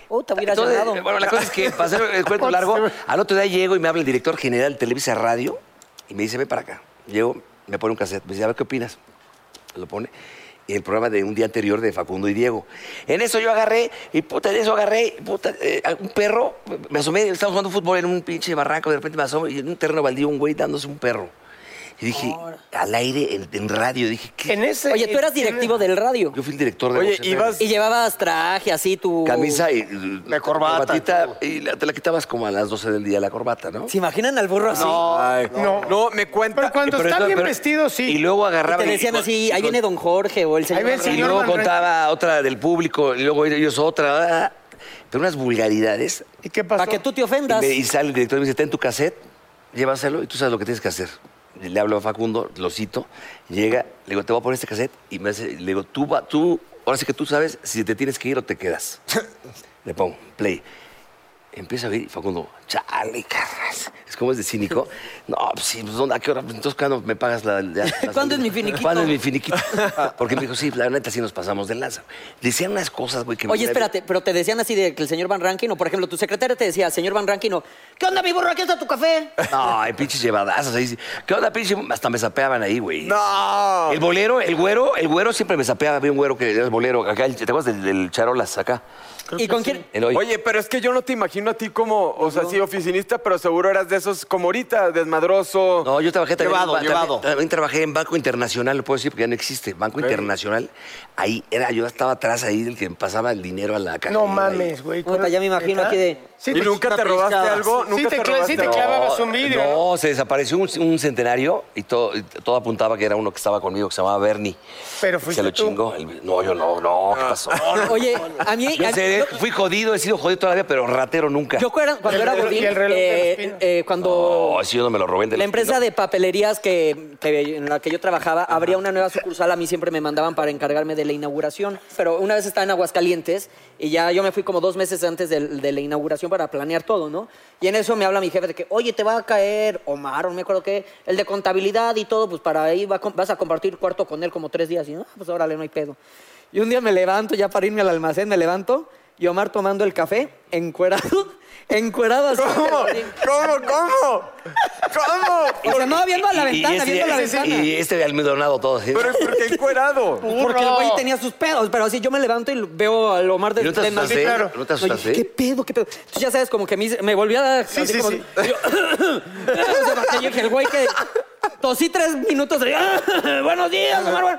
[SPEAKER 2] Oh, te hubiera
[SPEAKER 3] Entonces,
[SPEAKER 2] llamado.
[SPEAKER 3] bueno, la cosa es que, para hacer el cuento largo, al otro día llego y me habla el director general de Televisa Radio y me dice, ve para acá. Llego, me pone un cassette, me dice, a ver qué opinas. Lo pone. Y el programa de un día anterior de Facundo y Diego. En eso yo agarré, y puta, en eso agarré, y puta, eh, un perro, me asomé, estábamos jugando fútbol en un pinche barranco, de repente me asomo y en un terreno baldío un güey dándose un perro. Y dije, al aire, en, en radio, dije, ¿qué?
[SPEAKER 5] En ese,
[SPEAKER 2] Oye, tú eras directivo del radio.
[SPEAKER 3] Yo fui el director de
[SPEAKER 6] Oye,
[SPEAKER 3] Voz FM.
[SPEAKER 6] ibas.
[SPEAKER 2] Y llevabas traje así, tu...
[SPEAKER 3] camisa y
[SPEAKER 4] La corbata,
[SPEAKER 3] corbatita,
[SPEAKER 4] todo.
[SPEAKER 3] y la- te la quitabas como a las 12 del día la corbata, ¿no?
[SPEAKER 2] ¿Se imaginan al burro así?
[SPEAKER 6] Ay,
[SPEAKER 5] no.
[SPEAKER 6] no. me cuenta.
[SPEAKER 5] Pero cuando
[SPEAKER 3] Pero
[SPEAKER 5] está
[SPEAKER 3] esto-
[SPEAKER 5] bien
[SPEAKER 3] pero-
[SPEAKER 5] vestido, sí.
[SPEAKER 3] Y luego agarraba.
[SPEAKER 2] Te decían
[SPEAKER 3] y-
[SPEAKER 2] así,
[SPEAKER 3] y-
[SPEAKER 2] ahí viene don Jorge o el señor.
[SPEAKER 5] Ahí ve el
[SPEAKER 3] Y
[SPEAKER 5] señor
[SPEAKER 3] luego
[SPEAKER 5] Manuel.
[SPEAKER 3] contaba otra del público, y luego ellos otra. ah, Pero unas vulgaridades.
[SPEAKER 5] ¿Y qué pasó?
[SPEAKER 2] Para que tú te
[SPEAKER 3] Y,
[SPEAKER 2] ofendas.
[SPEAKER 3] me- y sale el director y me dice: Ten tu cassette, llévaselo y tú sabes lo que tienes que hacer. Y Le hablo a Facundo, lo cito, llega, le digo: Te voy a poner este cassette. Y me hace, le digo: Tú, va, tú, ahora sí que tú sabes si te tienes que ir o te quedas. Le pongo play. Empieza a oír y Facundo, chale, carras. Es como es de cínico. No, pues sí, pues ¿dónde, ¿a qué hora? Pues, Entonces, ¿cuándo me pagas la... la- la
[SPEAKER 2] ¿Cuándo es mi finiquito?
[SPEAKER 3] ¿Cuándo es mi finiquito? Porque me dijo, sí, la neta sí nos pasamos de lanza. Decían unas cosas, güey, que... me-
[SPEAKER 2] Oye, espérate, pero te decían así de que el señor Van Rankin, o por ejemplo, tu secretaria te decía, señor Van Rankin, o, ¿qué onda, mi burro? Aquí está tu café.
[SPEAKER 3] No, hay pinches llevadazas ahí. sí. ¿Qué onda, pinche? Hasta me sapeaban ahí, güey.
[SPEAKER 6] No.
[SPEAKER 3] El bolero, el güero, el güero siempre me sapeaba. Había un güero que era el bolero. Acá, el- ¿te acuerdas del, del Charolas acá?
[SPEAKER 2] ¿Y con quién?
[SPEAKER 3] El hoy.
[SPEAKER 6] Oye, pero es que yo no te imagino a ti como, o sea, sí, oficinista, pero seguro eras de esos como ahorita, desmadroso.
[SPEAKER 3] No, yo trabajé también.
[SPEAKER 4] Llevado,
[SPEAKER 3] en ba-
[SPEAKER 4] llevado.
[SPEAKER 3] también- también trabajé en Banco Internacional, lo puedo decir porque ya no existe. Banco Internacional, ahí era, yo estaba atrás ahí del que pasaba el dinero a la caja.
[SPEAKER 5] No mames, güey.
[SPEAKER 2] Puta,
[SPEAKER 5] con-
[SPEAKER 2] ya me imagino
[SPEAKER 5] ¿Neta?
[SPEAKER 2] aquí de-
[SPEAKER 5] Sí,
[SPEAKER 6] ¿Y
[SPEAKER 5] te-
[SPEAKER 6] nunca te robaste
[SPEAKER 2] pellizcada.
[SPEAKER 6] algo?
[SPEAKER 5] Sí,
[SPEAKER 6] ¿Nunca
[SPEAKER 5] te
[SPEAKER 6] te,
[SPEAKER 5] cla-
[SPEAKER 6] robaste
[SPEAKER 5] sí te
[SPEAKER 6] algo?
[SPEAKER 5] clavabas un vidrio.
[SPEAKER 3] No, se desapareció un, un centenario y todo, y todo apuntaba que era uno que estaba conmigo, que se llamaba Bernie.
[SPEAKER 5] Pero
[SPEAKER 3] Se
[SPEAKER 5] fuiste
[SPEAKER 3] lo
[SPEAKER 5] tú.
[SPEAKER 3] chingó. El- no, yo no, no, ¿qué
[SPEAKER 6] Ah.
[SPEAKER 3] pasó?
[SPEAKER 2] Oye, a mí...
[SPEAKER 3] Yo
[SPEAKER 2] a-
[SPEAKER 3] seré-
[SPEAKER 2] yo-
[SPEAKER 3] fui jodido, he sido jodido todavía, pero ratero nunca.
[SPEAKER 2] yo cuando era- cuando
[SPEAKER 5] Y el
[SPEAKER 2] era
[SPEAKER 5] reloj-
[SPEAKER 2] Godín,
[SPEAKER 5] y el reloj de
[SPEAKER 2] eh,
[SPEAKER 5] los pinos.
[SPEAKER 2] eh, cuando
[SPEAKER 3] No, si yo no me lo robé. de
[SPEAKER 2] la
[SPEAKER 3] los-
[SPEAKER 2] empresa
[SPEAKER 3] no.
[SPEAKER 2] de papelerías que, que- en la que yo trabajaba abría una nueva sucursal. A mí siempre me mandaban para encargarme de la inauguración. Pero una vez estaba en Aguascalientes y ya yo me fui como dos meses antes del- de, la inauguración para planear todo, ¿no? Y en eso me habla mi jefe de que, oye, te va a caer Omar, o no me acuerdo qué, el de contabilidad y todo, pues para ahí va a com- vas a compartir "Ah, cuarto con él como tres días. Y no, pues órale, no hay pedo. Y un día me levanto, ya para irme al almacén, me levanto y Omar tomando el café, encuerado, encuerado así.
[SPEAKER 6] ¿Cómo?
[SPEAKER 2] Sí.
[SPEAKER 6] ¿Cómo? ¿Cómo? ¿Cómo?
[SPEAKER 2] O sea, no, viendo a la
[SPEAKER 3] Y- y
[SPEAKER 2] ventana,
[SPEAKER 3] este-
[SPEAKER 2] viendo a la
[SPEAKER 3] y-
[SPEAKER 2] ventana.
[SPEAKER 3] Y este de almidonado todo. así.
[SPEAKER 6] ¿Pero por qué encuerado?
[SPEAKER 2] Porque el güey tenía sus pedos, pero así yo me levanto y veo al Omar de
[SPEAKER 3] ¿Y no te
[SPEAKER 2] de mal-
[SPEAKER 3] asustaste?
[SPEAKER 2] Sí,
[SPEAKER 3] ¿No te
[SPEAKER 2] Oye,
[SPEAKER 3] asustaste?
[SPEAKER 2] ¿Qué pedo? ¿Qué pedo? Entonces ya sabes, como que me, hice- me volví a...
[SPEAKER 6] Sí,
[SPEAKER 2] así
[SPEAKER 6] sí,
[SPEAKER 2] como-
[SPEAKER 6] sí.
[SPEAKER 2] yo- se bajé y dije, el güey que... Tosí tres minutos. así, "Ah, buenos días, Omar. bueno".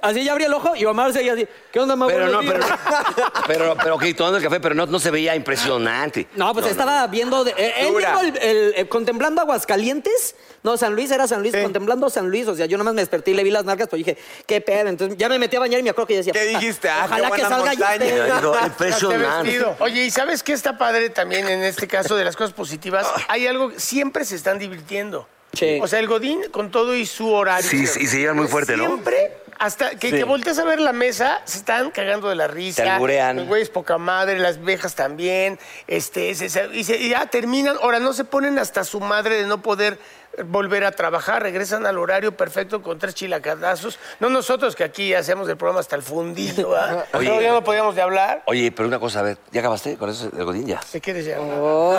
[SPEAKER 2] Así ya abrí el ojo y Omar seguía así. ¿Qué onda, Omar?
[SPEAKER 3] Pero no,
[SPEAKER 2] Buenos
[SPEAKER 3] pero,
[SPEAKER 2] días".
[SPEAKER 3] pero, pero, ok, tomando el café, pero no, no se veía impresionante.
[SPEAKER 2] No, pues estaba viendo, de- eh, él
[SPEAKER 6] Dura.
[SPEAKER 2] mismo el- el- eh, contemplando Aguascalientes. No, San Luis era San Luis, contemplando San Luis. O sea, yo nomás me desperté y le vi las marcas, pero dije, qué pedo. Entonces ya me metí a bañar y me acuerdo que yo decía,
[SPEAKER 6] ¿Qué dijiste? Ah,
[SPEAKER 2] "Puta,
[SPEAKER 6] qué
[SPEAKER 2] Ojalá que
[SPEAKER 6] buena
[SPEAKER 2] salga allí.
[SPEAKER 6] montaña".
[SPEAKER 3] Digo, digo,
[SPEAKER 5] Está
[SPEAKER 3] impresionante.
[SPEAKER 5] vestido. Oye, ¿y sabes qué está padre también en este caso de las cosas positivas?
[SPEAKER 3] Ah.
[SPEAKER 5] Hay algo, que siempre se están divirtiendo.
[SPEAKER 2] Sí.
[SPEAKER 5] O sea, el Godín con todo y su horario.
[SPEAKER 3] Sí, sí, y se llevan muy fuerte, ¿no?
[SPEAKER 5] Siempre, hasta que, que volteas a ver la mesa, se están cagando de la risa.
[SPEAKER 3] Te alburean.
[SPEAKER 5] Los güeyes poca madre, las viejas también. Este, se- se- y, se- y ya terminan. Ahora, no se ponen hasta su madre de no poder eh, volver a trabajar. Regresan al horario perfecto con tres chilacadazos. No nosotros, que aquí hacemos el programa hasta el fundido, ¿verdad?
[SPEAKER 3] Oye.
[SPEAKER 5] Todavía no podíamos de hablar.
[SPEAKER 3] Oye, pero una cosa, a ver, ¿ya acabaste con eso de Godín? Ya.
[SPEAKER 5] ¿Te quieres ya?
[SPEAKER 2] ¿Qué
[SPEAKER 3] Oh.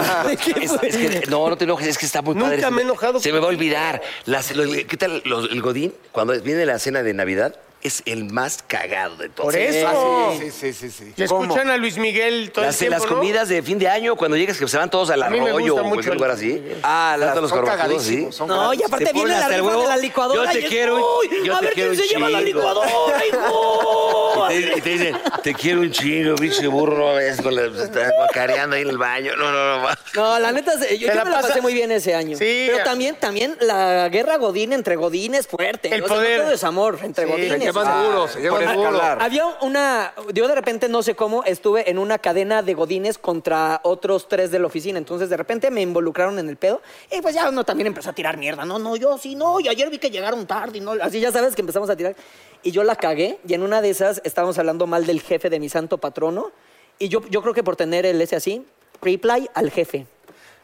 [SPEAKER 3] Es,
[SPEAKER 2] fue?
[SPEAKER 3] es que, no, no te enojes, es que está muy
[SPEAKER 5] Nunca
[SPEAKER 3] padre. Se
[SPEAKER 5] me he enojado.
[SPEAKER 3] Se me va a olvidar. Las- lo- ¿Qué tal los- el Godín? Cuando viene la cena de Navidad, es el más cagado de todos.
[SPEAKER 5] Por eso.
[SPEAKER 4] Sí, sí, sí, sí.
[SPEAKER 5] Y escuchan a Luis Miguel todo
[SPEAKER 3] Las, eh,
[SPEAKER 5] el tiempo,
[SPEAKER 3] las
[SPEAKER 5] ¿no?
[SPEAKER 3] comidas de fin de año, cuando llegas que se van todos al
[SPEAKER 5] A mí me
[SPEAKER 3] arroyo
[SPEAKER 5] gusta
[SPEAKER 3] o
[SPEAKER 5] mucho
[SPEAKER 3] cualquier
[SPEAKER 5] el-
[SPEAKER 3] lugar así.
[SPEAKER 4] Ah,
[SPEAKER 3] Tanto
[SPEAKER 4] las-
[SPEAKER 3] los
[SPEAKER 4] son
[SPEAKER 3] carbonatos, sí.
[SPEAKER 4] cagadísimos, son
[SPEAKER 2] No, y aparte
[SPEAKER 3] Te ponen
[SPEAKER 2] viene la
[SPEAKER 3] hasta el
[SPEAKER 2] rifa
[SPEAKER 3] huevo.
[SPEAKER 2] de la licuadora.
[SPEAKER 3] Yo te
[SPEAKER 2] y es,
[SPEAKER 3] quiero,
[SPEAKER 2] "Uy,
[SPEAKER 3] yo
[SPEAKER 2] a
[SPEAKER 3] te
[SPEAKER 2] ver
[SPEAKER 3] quiero
[SPEAKER 2] quién se
[SPEAKER 3] un
[SPEAKER 2] lleva la
[SPEAKER 3] chingo".
[SPEAKER 2] licuadora, hijo.
[SPEAKER 3] Y te, y te dicen, te quiero un chingo, pinche burro, no ves, con la, pues, está guacareando ahí en el baño. No, no, no. va.
[SPEAKER 2] No, la neta, se- yo,
[SPEAKER 5] Te
[SPEAKER 2] yo
[SPEAKER 5] la
[SPEAKER 2] me la pasé
[SPEAKER 5] pasas-
[SPEAKER 2] muy bien ese año.
[SPEAKER 5] Sí.
[SPEAKER 2] Pero también, también la guerra Godín entre Godín es fuerte.
[SPEAKER 5] El
[SPEAKER 2] O sea, no
[SPEAKER 5] poder.
[SPEAKER 2] todo desamor entre
[SPEAKER 5] Sí,
[SPEAKER 2] Godines.
[SPEAKER 5] se
[SPEAKER 2] o sea.
[SPEAKER 4] Llevan duros, llevan duros.
[SPEAKER 2] Había una, yo de repente no sé cómo, estuve en una cadena de godines contra otros tres de la oficina, entonces de repente me involucraron en el pedo y pues ya uno también empezó a tirar mierda, no, no, yo sí, no, y ayer vi que llegaron tarde, y no, así ya sabes que empezamos a tirar y yo la cagué y en una de esas estábamos hablando mal del jefe de mi santo patrono y yo, yo creo que por tener el ese así, reply al jefe.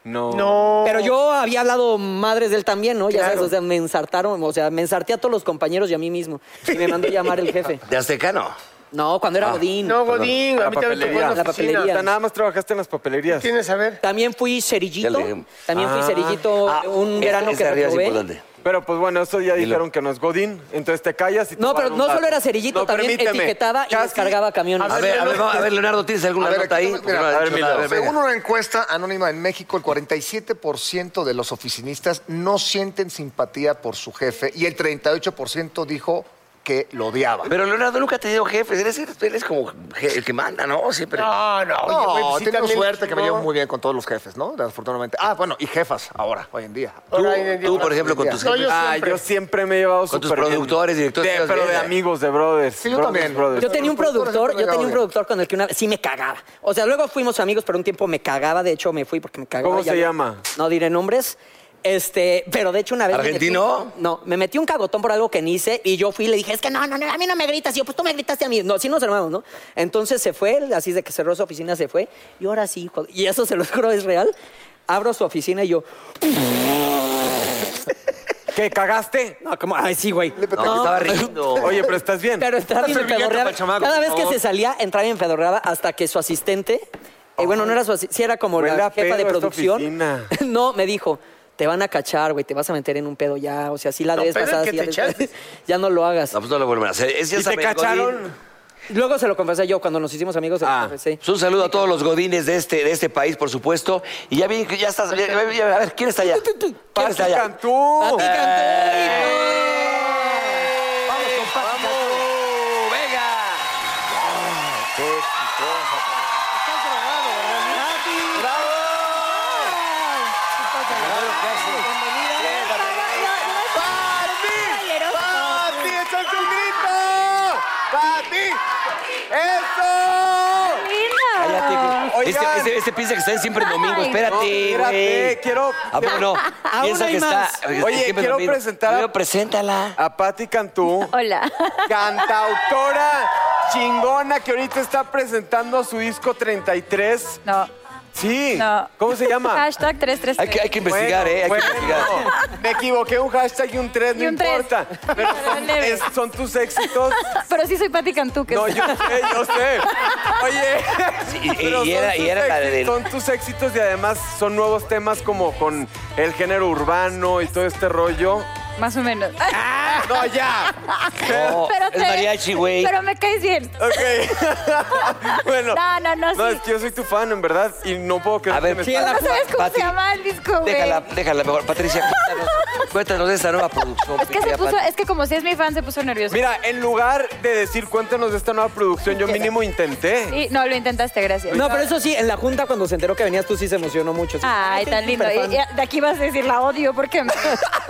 [SPEAKER 6] No.
[SPEAKER 5] No.
[SPEAKER 2] Pero yo había hablado madres de él también, ¿no? Ya
[SPEAKER 5] Claro.
[SPEAKER 2] sabes, o sea, me ensartaron, o sea, me ensarté a todos los compañeros y a mí mismo. Y me mandó llamar el jefe.
[SPEAKER 3] De Azteca no. Ah.
[SPEAKER 2] No, cuando era Godín.
[SPEAKER 5] No, Godín, a
[SPEAKER 6] La
[SPEAKER 5] mí también me tocó en la
[SPEAKER 6] papelería.
[SPEAKER 2] La
[SPEAKER 5] oficina.
[SPEAKER 2] papelería.
[SPEAKER 6] O sea, nada más trabajaste en las papelerías.
[SPEAKER 5] ¿Tienes a ver?
[SPEAKER 2] También fui
[SPEAKER 3] Ya
[SPEAKER 2] cerillito.
[SPEAKER 3] le dijimos.
[SPEAKER 2] También fui cerillito
[SPEAKER 3] Ah,
[SPEAKER 2] un
[SPEAKER 3] este-
[SPEAKER 2] verano
[SPEAKER 3] este
[SPEAKER 2] que
[SPEAKER 3] arriba es
[SPEAKER 2] reprobé.
[SPEAKER 3] importante.
[SPEAKER 6] Pero pues bueno, eso ya dijeron que no es Godín, entonces te callas y te
[SPEAKER 2] No, pero
[SPEAKER 6] van
[SPEAKER 2] no
[SPEAKER 6] un
[SPEAKER 2] solo
[SPEAKER 6] pato.
[SPEAKER 2] era cerillito,
[SPEAKER 6] No,
[SPEAKER 2] también
[SPEAKER 6] permíteme.
[SPEAKER 2] etiquetaba y
[SPEAKER 6] Casi-
[SPEAKER 2] descargaba camiones.
[SPEAKER 3] A ver, a ver, vamos, a ver, Leonardo, ¿tienes alguna
[SPEAKER 4] A ver,
[SPEAKER 3] nota
[SPEAKER 4] aquí
[SPEAKER 3] ahí?
[SPEAKER 4] tengo-
[SPEAKER 3] Porque no
[SPEAKER 4] mira,
[SPEAKER 3] ha dicho
[SPEAKER 6] mira,
[SPEAKER 3] nada.
[SPEAKER 6] a ver,
[SPEAKER 3] Venga.
[SPEAKER 4] Según una encuesta anónima en México, el 47% de los oficinistas no sienten simpatía por su jefe y el 38% dijo que lo odiaba.
[SPEAKER 3] Pero Leonardo nunca te dio jefes, eres, eres como je- el que manda, ¿no? Siempre.
[SPEAKER 5] No, no, oye, güey,
[SPEAKER 4] no,
[SPEAKER 5] pues sí
[SPEAKER 4] tengo
[SPEAKER 5] también-
[SPEAKER 4] suerte que me llevo
[SPEAKER 5] no.
[SPEAKER 4] muy bien con todos los jefes, ¿no? Afortunadamente. Ah, bueno, y jefas ahora, hoy en día.
[SPEAKER 3] Tú,
[SPEAKER 5] Ahora, en el-
[SPEAKER 3] tú, por ejemplo, con tus
[SPEAKER 5] No,
[SPEAKER 3] jefes.
[SPEAKER 5] yo
[SPEAKER 6] Ah,
[SPEAKER 5] siempre.
[SPEAKER 6] yo siempre me he llevado
[SPEAKER 3] Con tus
[SPEAKER 6] súper bien.
[SPEAKER 3] productores, directores,
[SPEAKER 6] De-
[SPEAKER 3] te vas
[SPEAKER 6] pero de
[SPEAKER 3] bien, ¿eh?
[SPEAKER 6] amigos, de brothers.
[SPEAKER 4] Sí, yo
[SPEAKER 6] brothers,
[SPEAKER 4] también.
[SPEAKER 6] brothers.
[SPEAKER 2] Yo tenía un
[SPEAKER 4] Los productores
[SPEAKER 2] productor,
[SPEAKER 4] siempre
[SPEAKER 2] yo
[SPEAKER 4] me
[SPEAKER 2] tenía un
[SPEAKER 4] llevaban
[SPEAKER 2] productor con el que una sí me cagaba. O sea, luego fuimos amigos, pero un tiempo me cagaba, de hecho me fui porque me cagaba.
[SPEAKER 6] ¿Cómo
[SPEAKER 2] ya
[SPEAKER 6] se
[SPEAKER 2] no-
[SPEAKER 6] llama?
[SPEAKER 2] No diré nombres. Este, pero de hecho una vez. me metí-
[SPEAKER 3] ¿Argentino?
[SPEAKER 2] no, me metí un cagotón por algo que ni hice y yo fui y le dije, es que no, no, no, a mí no me gritas. Y yo, pues tú me gritaste a mí. No, sí nos armamos, ¿no? Entonces se fue, él, así de que cerró su oficina, se fue. Y ahora sí, hijo, y eso se lo juro, es real. Abro su oficina y yo,
[SPEAKER 6] ¿Qué, cagaste?
[SPEAKER 2] no, como, ay, sí, güey.
[SPEAKER 3] No,
[SPEAKER 2] No,
[SPEAKER 3] estaba riendo.
[SPEAKER 6] Oye, pero estás bien.
[SPEAKER 2] Pero estaba bien
[SPEAKER 6] servilleta
[SPEAKER 2] pedorreaba.
[SPEAKER 6] pa'l chamaco,
[SPEAKER 2] Cada
[SPEAKER 6] por
[SPEAKER 2] vez que
[SPEAKER 6] favor.
[SPEAKER 2] se salía, entraba bien pedorreaba hasta que su asistente, eh, bueno, no era su asistente, sí era como
[SPEAKER 6] Huele a
[SPEAKER 2] la jefa
[SPEAKER 6] pedo
[SPEAKER 2] de
[SPEAKER 6] esta
[SPEAKER 2] producción.
[SPEAKER 6] oficina.
[SPEAKER 2] no, me dijo, te van a cachar, güey, te vas a meter en un pedo ya. O sea, si la
[SPEAKER 5] No,
[SPEAKER 2] ves
[SPEAKER 5] pero
[SPEAKER 2] pasada,
[SPEAKER 5] que
[SPEAKER 2] sí la
[SPEAKER 5] te
[SPEAKER 2] ves-
[SPEAKER 5] echaste.
[SPEAKER 2] ya no lo hagas.
[SPEAKER 3] No, pues no lo vuelven a hacer. Es, ya
[SPEAKER 6] ¿Y te
[SPEAKER 3] saben,
[SPEAKER 6] cacharon?
[SPEAKER 3] Godín.
[SPEAKER 2] Luego se lo confesé yo, cuando nos hicimos amigos, se lo
[SPEAKER 6] Ah,
[SPEAKER 2] confesé.
[SPEAKER 3] Pues un saludo a todos los godines de este, de este país, por supuesto. Y ya vi que ya estás. ya- ya- ya- a ver, ¿quién está allá? ¿Quién está
[SPEAKER 6] Pati
[SPEAKER 3] allá? Ah,
[SPEAKER 6] Cantú.
[SPEAKER 2] Pati Cantú, hijo.
[SPEAKER 3] Vamos con Pati Cantú. Venga.
[SPEAKER 4] ¡Pati, échate un grito! ¡Pati! ¡Eso!
[SPEAKER 3] Cállate, güey. Este,
[SPEAKER 6] Oigan.
[SPEAKER 3] este, este piensa que está en siempre en domingo. Espérate,
[SPEAKER 6] No,
[SPEAKER 3] güey.
[SPEAKER 6] espérate, Eh, quiero...
[SPEAKER 3] ¿A poco Ah, no?
[SPEAKER 2] Aún
[SPEAKER 3] Piensa
[SPEAKER 2] hay
[SPEAKER 3] que está.
[SPEAKER 2] más.
[SPEAKER 6] Oye,
[SPEAKER 3] siempre en
[SPEAKER 6] quiero
[SPEAKER 3] domingo.
[SPEAKER 6] presentar a-
[SPEAKER 3] Primero, preséntala.
[SPEAKER 6] A Patti Cantú. Hola. Cantautora chingona que ahorita está presentando su disco 33.
[SPEAKER 7] No.
[SPEAKER 6] Sí.
[SPEAKER 7] No.
[SPEAKER 6] ¿Cómo se llama?
[SPEAKER 7] Hashtag 333.
[SPEAKER 3] Hay que, hay que investigar,
[SPEAKER 6] Bueno,
[SPEAKER 3] ¿eh? Hay
[SPEAKER 6] bueno.
[SPEAKER 3] que investigar.
[SPEAKER 6] Me equivoqué un hashtag y un 3,
[SPEAKER 7] Y
[SPEAKER 6] no
[SPEAKER 7] un tres.
[SPEAKER 6] importa. Pero
[SPEAKER 7] Pero
[SPEAKER 6] son,
[SPEAKER 7] leve.
[SPEAKER 6] es- son tus éxitos.
[SPEAKER 7] Pero sí soy Pati Cantú, que
[SPEAKER 6] No,
[SPEAKER 7] es-
[SPEAKER 6] yo sé, yo sé. Oye.
[SPEAKER 3] Sí, y-
[SPEAKER 6] pero
[SPEAKER 3] y
[SPEAKER 6] son
[SPEAKER 3] era- y
[SPEAKER 6] tus
[SPEAKER 3] era la
[SPEAKER 6] éxitos-
[SPEAKER 3] del-
[SPEAKER 6] Son tus éxitos y además son nuevos temas como con el género urbano y todo este rollo.
[SPEAKER 7] más o menos.
[SPEAKER 2] Ah,
[SPEAKER 6] No, ya.
[SPEAKER 3] No,
[SPEAKER 7] Pero
[SPEAKER 3] es
[SPEAKER 7] te-
[SPEAKER 3] mariachi, güey.
[SPEAKER 7] Pero me caes bien.
[SPEAKER 6] Ok. bueno.
[SPEAKER 7] No, no, no,
[SPEAKER 6] No,
[SPEAKER 7] sí.
[SPEAKER 6] es que yo soy tu fan, en verdad, y no puedo creer
[SPEAKER 3] A ver,
[SPEAKER 6] que me
[SPEAKER 3] sí,
[SPEAKER 6] estás-
[SPEAKER 7] No sabes cómo
[SPEAKER 3] Pati,
[SPEAKER 7] se llama el disco, güey.
[SPEAKER 3] Déjala, déjala mejor. Patricia, cuéntanos, cuéntanos de esta nueva producción.
[SPEAKER 7] Es que se
[SPEAKER 3] querida
[SPEAKER 7] puso,
[SPEAKER 3] Pati.
[SPEAKER 7] es que como si es mi fan, se puso nervioso.
[SPEAKER 6] Mira, en lugar de decir cuéntanos de esta nueva producción, yo mínimo intenté.
[SPEAKER 7] Y, no, lo intentaste, gracias.
[SPEAKER 2] No, pero eso sí, en la junta cuando se enteró que venías tú sí se emocionó mucho.
[SPEAKER 6] Ah.
[SPEAKER 2] sí.
[SPEAKER 7] Ay, tan lindo. Y-
[SPEAKER 2] Superfan.
[SPEAKER 7] y de aquí vas a decir la odio porque me,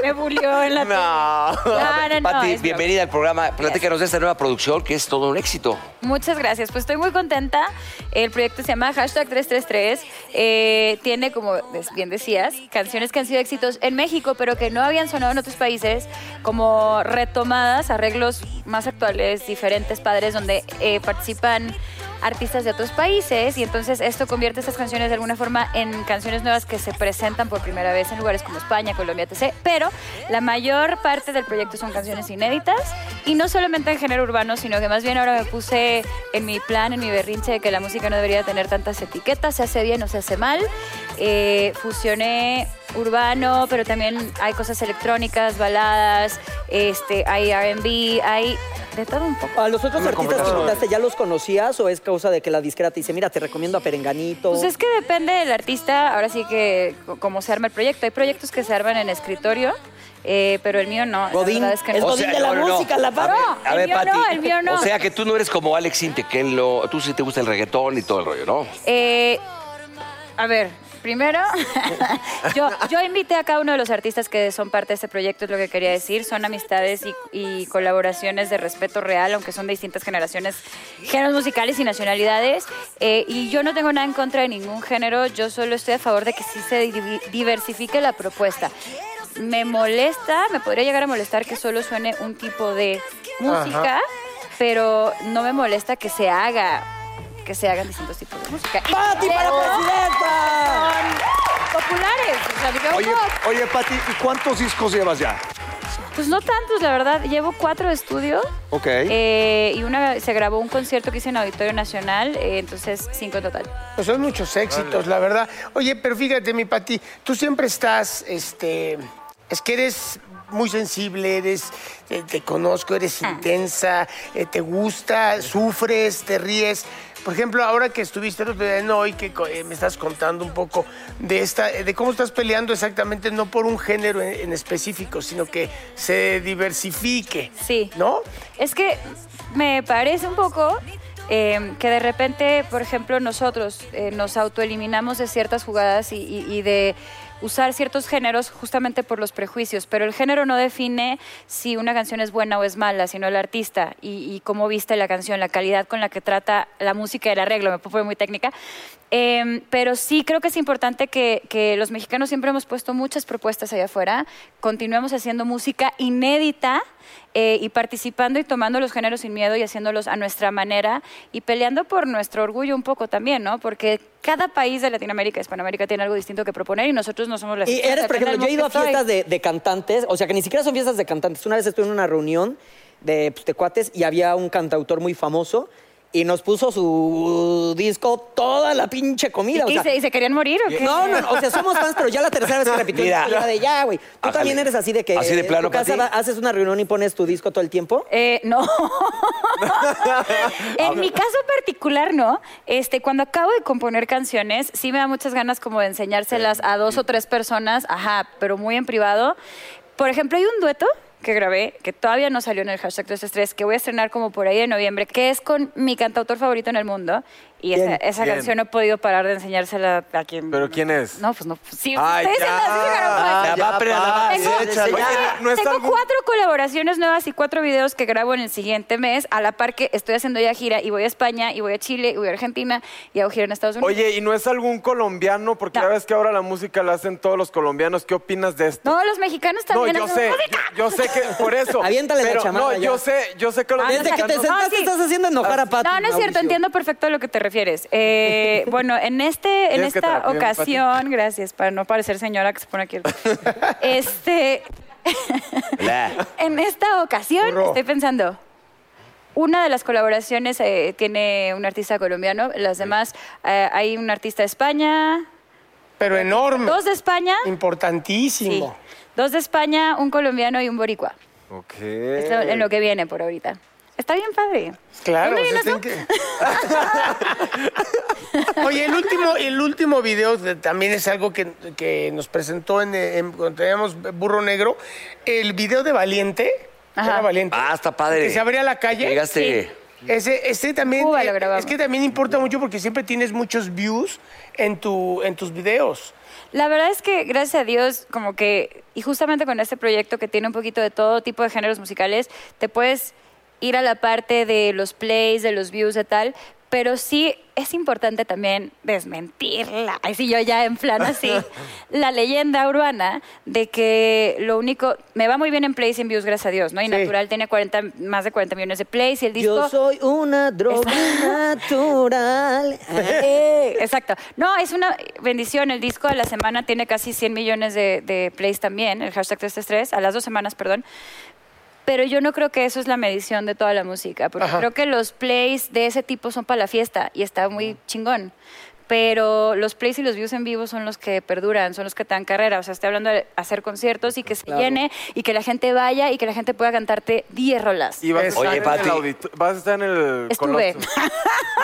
[SPEAKER 7] me bulió en la tele.
[SPEAKER 6] No.
[SPEAKER 7] No, no, no,
[SPEAKER 3] Pati,
[SPEAKER 7] es broma.
[SPEAKER 3] bienvenida al programa. Platícanos de esta nueva producción que es todo un éxito.
[SPEAKER 7] Muchas gracias. Pues estoy muy contenta. El proyecto se llama Hashtag 333. Eh, tiene, como des- bien decías, canciones que han sido éxitos en México, pero que no habían sonado en otros países, como retomadas, arreglos más actuales, diferentes padres, donde eh, participan artistas de otros países y entonces esto convierte estas canciones de alguna forma en canciones nuevas que se presentan por primera vez en lugares como España, Colombia, etc. Pero la mayor parte del proyecto son canciones inéditas y no solamente en género urbano, sino que más bien ahora me puse en mi plan, en mi berrinche de que la música no debería tener tantas etiquetas, se hace bien o se hace mal. Eh, fusioné urbano, pero también hay cosas electrónicas, baladas, este, hay RB, hay de todo un poco.
[SPEAKER 2] A los otros artistas que juntaste, ¿ya los conocías o es causa de que la discreta te dice, mira, te recomiendo a Perenganito?
[SPEAKER 7] Pues es que depende del artista, ahora sí que co- cómo se arma el proyecto. Hay proyectos que se arman en escritorio, eh, pero el mío no. la
[SPEAKER 2] Godín.
[SPEAKER 7] verdad es que
[SPEAKER 2] Es
[SPEAKER 7] no.
[SPEAKER 2] Godín de la música, la
[SPEAKER 3] A
[SPEAKER 2] Pati.
[SPEAKER 3] ver,
[SPEAKER 7] No,
[SPEAKER 3] a
[SPEAKER 7] el
[SPEAKER 3] ver,
[SPEAKER 7] mío
[SPEAKER 3] Pati.
[SPEAKER 7] no, el mío no.
[SPEAKER 3] O sea que tú no eres como Alex Inte, que él lo, tú sí te gusta el reggaetón y todo el rollo, ¿no?
[SPEAKER 7] Eh, a ver, primero, yo, yo invité a cada uno de los artistas que son parte de este proyecto, es lo que quería decir. Son amistades y, y colaboraciones de respeto real, aunque son de distintas generaciones, géneros musicales y nacionalidades. Eh, y yo no tengo nada en contra de ningún género, yo solo estoy a favor de que sí se divi- diversifique la propuesta. Me molesta, me podría llegar a molestar que solo suene un tipo de música, pero no me molesta que se haga que se hagan distintos tipos de música. Y
[SPEAKER 2] ¡Pati para
[SPEAKER 7] pero
[SPEAKER 2] presidenta!
[SPEAKER 7] son populares. O sea, digamos,
[SPEAKER 8] Oye, oye, Pati, ¿y cuántos discos llevas ya?
[SPEAKER 7] pues no tantos, la verdad. Llevo cuatro de estudio.
[SPEAKER 8] Ok.
[SPEAKER 7] Eh, y una se grabó un concierto que hice en Auditorio Nacional, eh, entonces cinco en total.
[SPEAKER 5] Pues son muchos éxitos, la verdad. Oye, pero fíjate, mi Pati, tú siempre estás, este, es que eres muy sensible, eres, te, te conozco, eres
[SPEAKER 7] Ah.
[SPEAKER 5] intensa, eh, te gusta, sufres, te ríes. Por ejemplo, ahora que estuviste el otro día en hoy, que co- eh, me estás contando un poco de esta, eh, de cómo estás peleando exactamente, no por un género en, en específico, sino que se diversifique.
[SPEAKER 7] Sí.
[SPEAKER 5] ¿No?
[SPEAKER 7] Es que me parece un poco eh, que de repente, por ejemplo, nosotros eh, nos autoeliminamos de ciertas jugadas y, y- y de usar ciertos géneros justamente por los prejuicios, pero el género no define si una canción es buena o es mala, sino el artista y, y cómo viste la canción, la calidad con la que trata la música y el arreglo, me pongo muy técnica, Em, pero sí creo que es importante que, que los mexicanos siempre hemos puesto muchas propuestas allá afuera, continuemos haciendo música inédita eh, y participando y tomando los géneros sin miedo y haciéndolos a nuestra manera y peleando por nuestro orgullo un poco también, ¿no? Porque cada país de Latinoamérica, Hispanoamérica tiene algo distinto que proponer y nosotros no somos las
[SPEAKER 2] Y eres, por ejemplo, yo he ido a fiestas
[SPEAKER 7] de...
[SPEAKER 2] de, de cantantes, o sea, que ni siquiera son fiestas de cantantes. Una vez estuve en una reunión de, pues, de cuates y había un cantautor muy famoso y nos puso su disco toda la pinche comida.
[SPEAKER 7] ¿Y,
[SPEAKER 2] o
[SPEAKER 7] qué
[SPEAKER 2] sea,
[SPEAKER 7] hice? ¿Y se querían morir o qué?
[SPEAKER 2] No, no, no, o sea, somos fans, pero ya la tercera vez que repitió
[SPEAKER 3] Mira.
[SPEAKER 2] la de ya, güey. Tú
[SPEAKER 3] Ájale.
[SPEAKER 2] también eres así de que
[SPEAKER 3] Así de
[SPEAKER 2] en
[SPEAKER 3] plano,
[SPEAKER 2] tu casa
[SPEAKER 3] Pati.
[SPEAKER 2] va- haces una reunión y pones tu disco todo el tiempo.
[SPEAKER 7] Eh, no. en mi caso particular, no. Este, cuando acabo de componer canciones, sí me da muchas ganas como de enseñárselas a dos o tres personas, ajá, pero muy en privado. Por ejemplo, hay un dueto que grabé, que todavía no salió en el hashtag 333, que voy a estrenar como por ahí de noviembre, que es con mi cantautor favorito en el mundo. Y esa, esa
[SPEAKER 6] ¿Quién?
[SPEAKER 7] canción no he podido parar de enseñársela a quien...
[SPEAKER 6] ¿Pero quién es?
[SPEAKER 7] No, pues no. pues Sí,
[SPEAKER 6] Ay,
[SPEAKER 7] ustedes se
[SPEAKER 6] ya.
[SPEAKER 7] las dijeron, pues.
[SPEAKER 6] Ah,
[SPEAKER 3] La
[SPEAKER 6] ya,
[SPEAKER 3] va, pero la va.
[SPEAKER 6] Pati,
[SPEAKER 7] Tengo,
[SPEAKER 6] échale.
[SPEAKER 7] tengo-
[SPEAKER 6] Oye, ¿no está
[SPEAKER 7] tengo
[SPEAKER 6] algún-
[SPEAKER 7] cuatro colaboraciones nuevas y cuatro videos que grabo en el siguiente mes, a la par que estoy haciendo ya gira y voy a España y voy a Chile y voy a Argentina y hago gira en Estados Unidos.
[SPEAKER 6] Oye, ¿y no es algún colombiano? Porque
[SPEAKER 7] pues, No.
[SPEAKER 6] ya ves que ahora la música la hacen todos los colombianos. ¿Qué opinas de esto?
[SPEAKER 7] no, los mexicanos
[SPEAKER 6] No,
[SPEAKER 7] también
[SPEAKER 6] yo
[SPEAKER 7] hacen
[SPEAKER 6] sé,
[SPEAKER 7] música.
[SPEAKER 6] yo, yo sé que por eso.
[SPEAKER 2] Aviéntale la
[SPEAKER 6] pero
[SPEAKER 2] chamada
[SPEAKER 6] No,
[SPEAKER 2] ya.
[SPEAKER 6] yo sé, yo sé que los
[SPEAKER 7] Ah, no
[SPEAKER 2] Desde
[SPEAKER 7] sé.
[SPEAKER 2] que te
[SPEAKER 7] No,
[SPEAKER 6] mexicanos-
[SPEAKER 2] sentaste
[SPEAKER 7] sí.
[SPEAKER 2] estás haciendo enojar a Pati.
[SPEAKER 7] No, no es cierto,
[SPEAKER 2] Mauricio.
[SPEAKER 7] entiendo perfecto a lo que te prefieres. Eh, bueno, en, este, en
[SPEAKER 9] ¿Quieres que te la
[SPEAKER 7] esta
[SPEAKER 9] pida, Pati?
[SPEAKER 7] ocasión, gracias, para no parecer señora que se pone aquí. el- Este, en esta ocasión,
[SPEAKER 9] Burro.
[SPEAKER 7] estoy pensando, una de las colaboraciones eh, tiene un artista colombiano, las demás, eh, hay un artista de España.
[SPEAKER 5] Pero enorme.
[SPEAKER 7] Dos de España,
[SPEAKER 5] Importantísimo.
[SPEAKER 7] dos de España, un colombiano y un boricua.
[SPEAKER 6] Ok.
[SPEAKER 7] Es lo- en lo que viene por ahorita. Está bien padre.
[SPEAKER 5] Claro.
[SPEAKER 7] ¿Dónde
[SPEAKER 5] o sea,
[SPEAKER 7] vienes tú?
[SPEAKER 5] tienen que- Oye, el último, el último video de- también es algo que, que nos presentó en, en- cuando teníamos Burro Negro. El video de Valiente. Era Valiente.
[SPEAKER 3] Ah, está padre.
[SPEAKER 5] Que se abría la calle.
[SPEAKER 3] Llegaste.
[SPEAKER 5] Ese, ese también, eh, es que también importa mucho porque siempre tienes muchos views en, tu, en tus videos.
[SPEAKER 7] La verdad es que, gracias a Dios, como que, y justamente con este proyecto que tiene un poquito de todo tipo de géneros musicales, te puedes ir a la parte de los plays, de los views, de tal, pero sí es importante también desmentirla. Así yo ya en plan así, la leyenda urbana de que lo único, me va muy bien en plays y en views, gracias a Dios, ¿no? Y Natural tiene 40, más de 40 millones de plays y el disco...
[SPEAKER 2] Yo soy una droga natural.
[SPEAKER 7] Eh, Exacto. No, es una bendición. El disco de la semana tiene casi 100 millones de, de plays también, el hashtag 333, a las dos semanas, perdón. Pero yo no creo que eso es la medición de toda la música, porque
[SPEAKER 9] Ajá.
[SPEAKER 7] creo que los plays de ese tipo son para la fiesta y está
[SPEAKER 6] Mm.
[SPEAKER 7] muy chingón. Pero los plays y los views en vivo son los que perduran, son los que te dan carrera. O sea, estoy hablando de hacer conciertos y que se
[SPEAKER 6] Claro.
[SPEAKER 7] llene y que la gente vaya y que la gente pueda cantarte 10 rolas.
[SPEAKER 6] Y vas a estar
[SPEAKER 3] Oye,
[SPEAKER 6] en
[SPEAKER 3] Pati.
[SPEAKER 6] el audito- vas a estar en el
[SPEAKER 7] Estuve.
[SPEAKER 6] Colossus.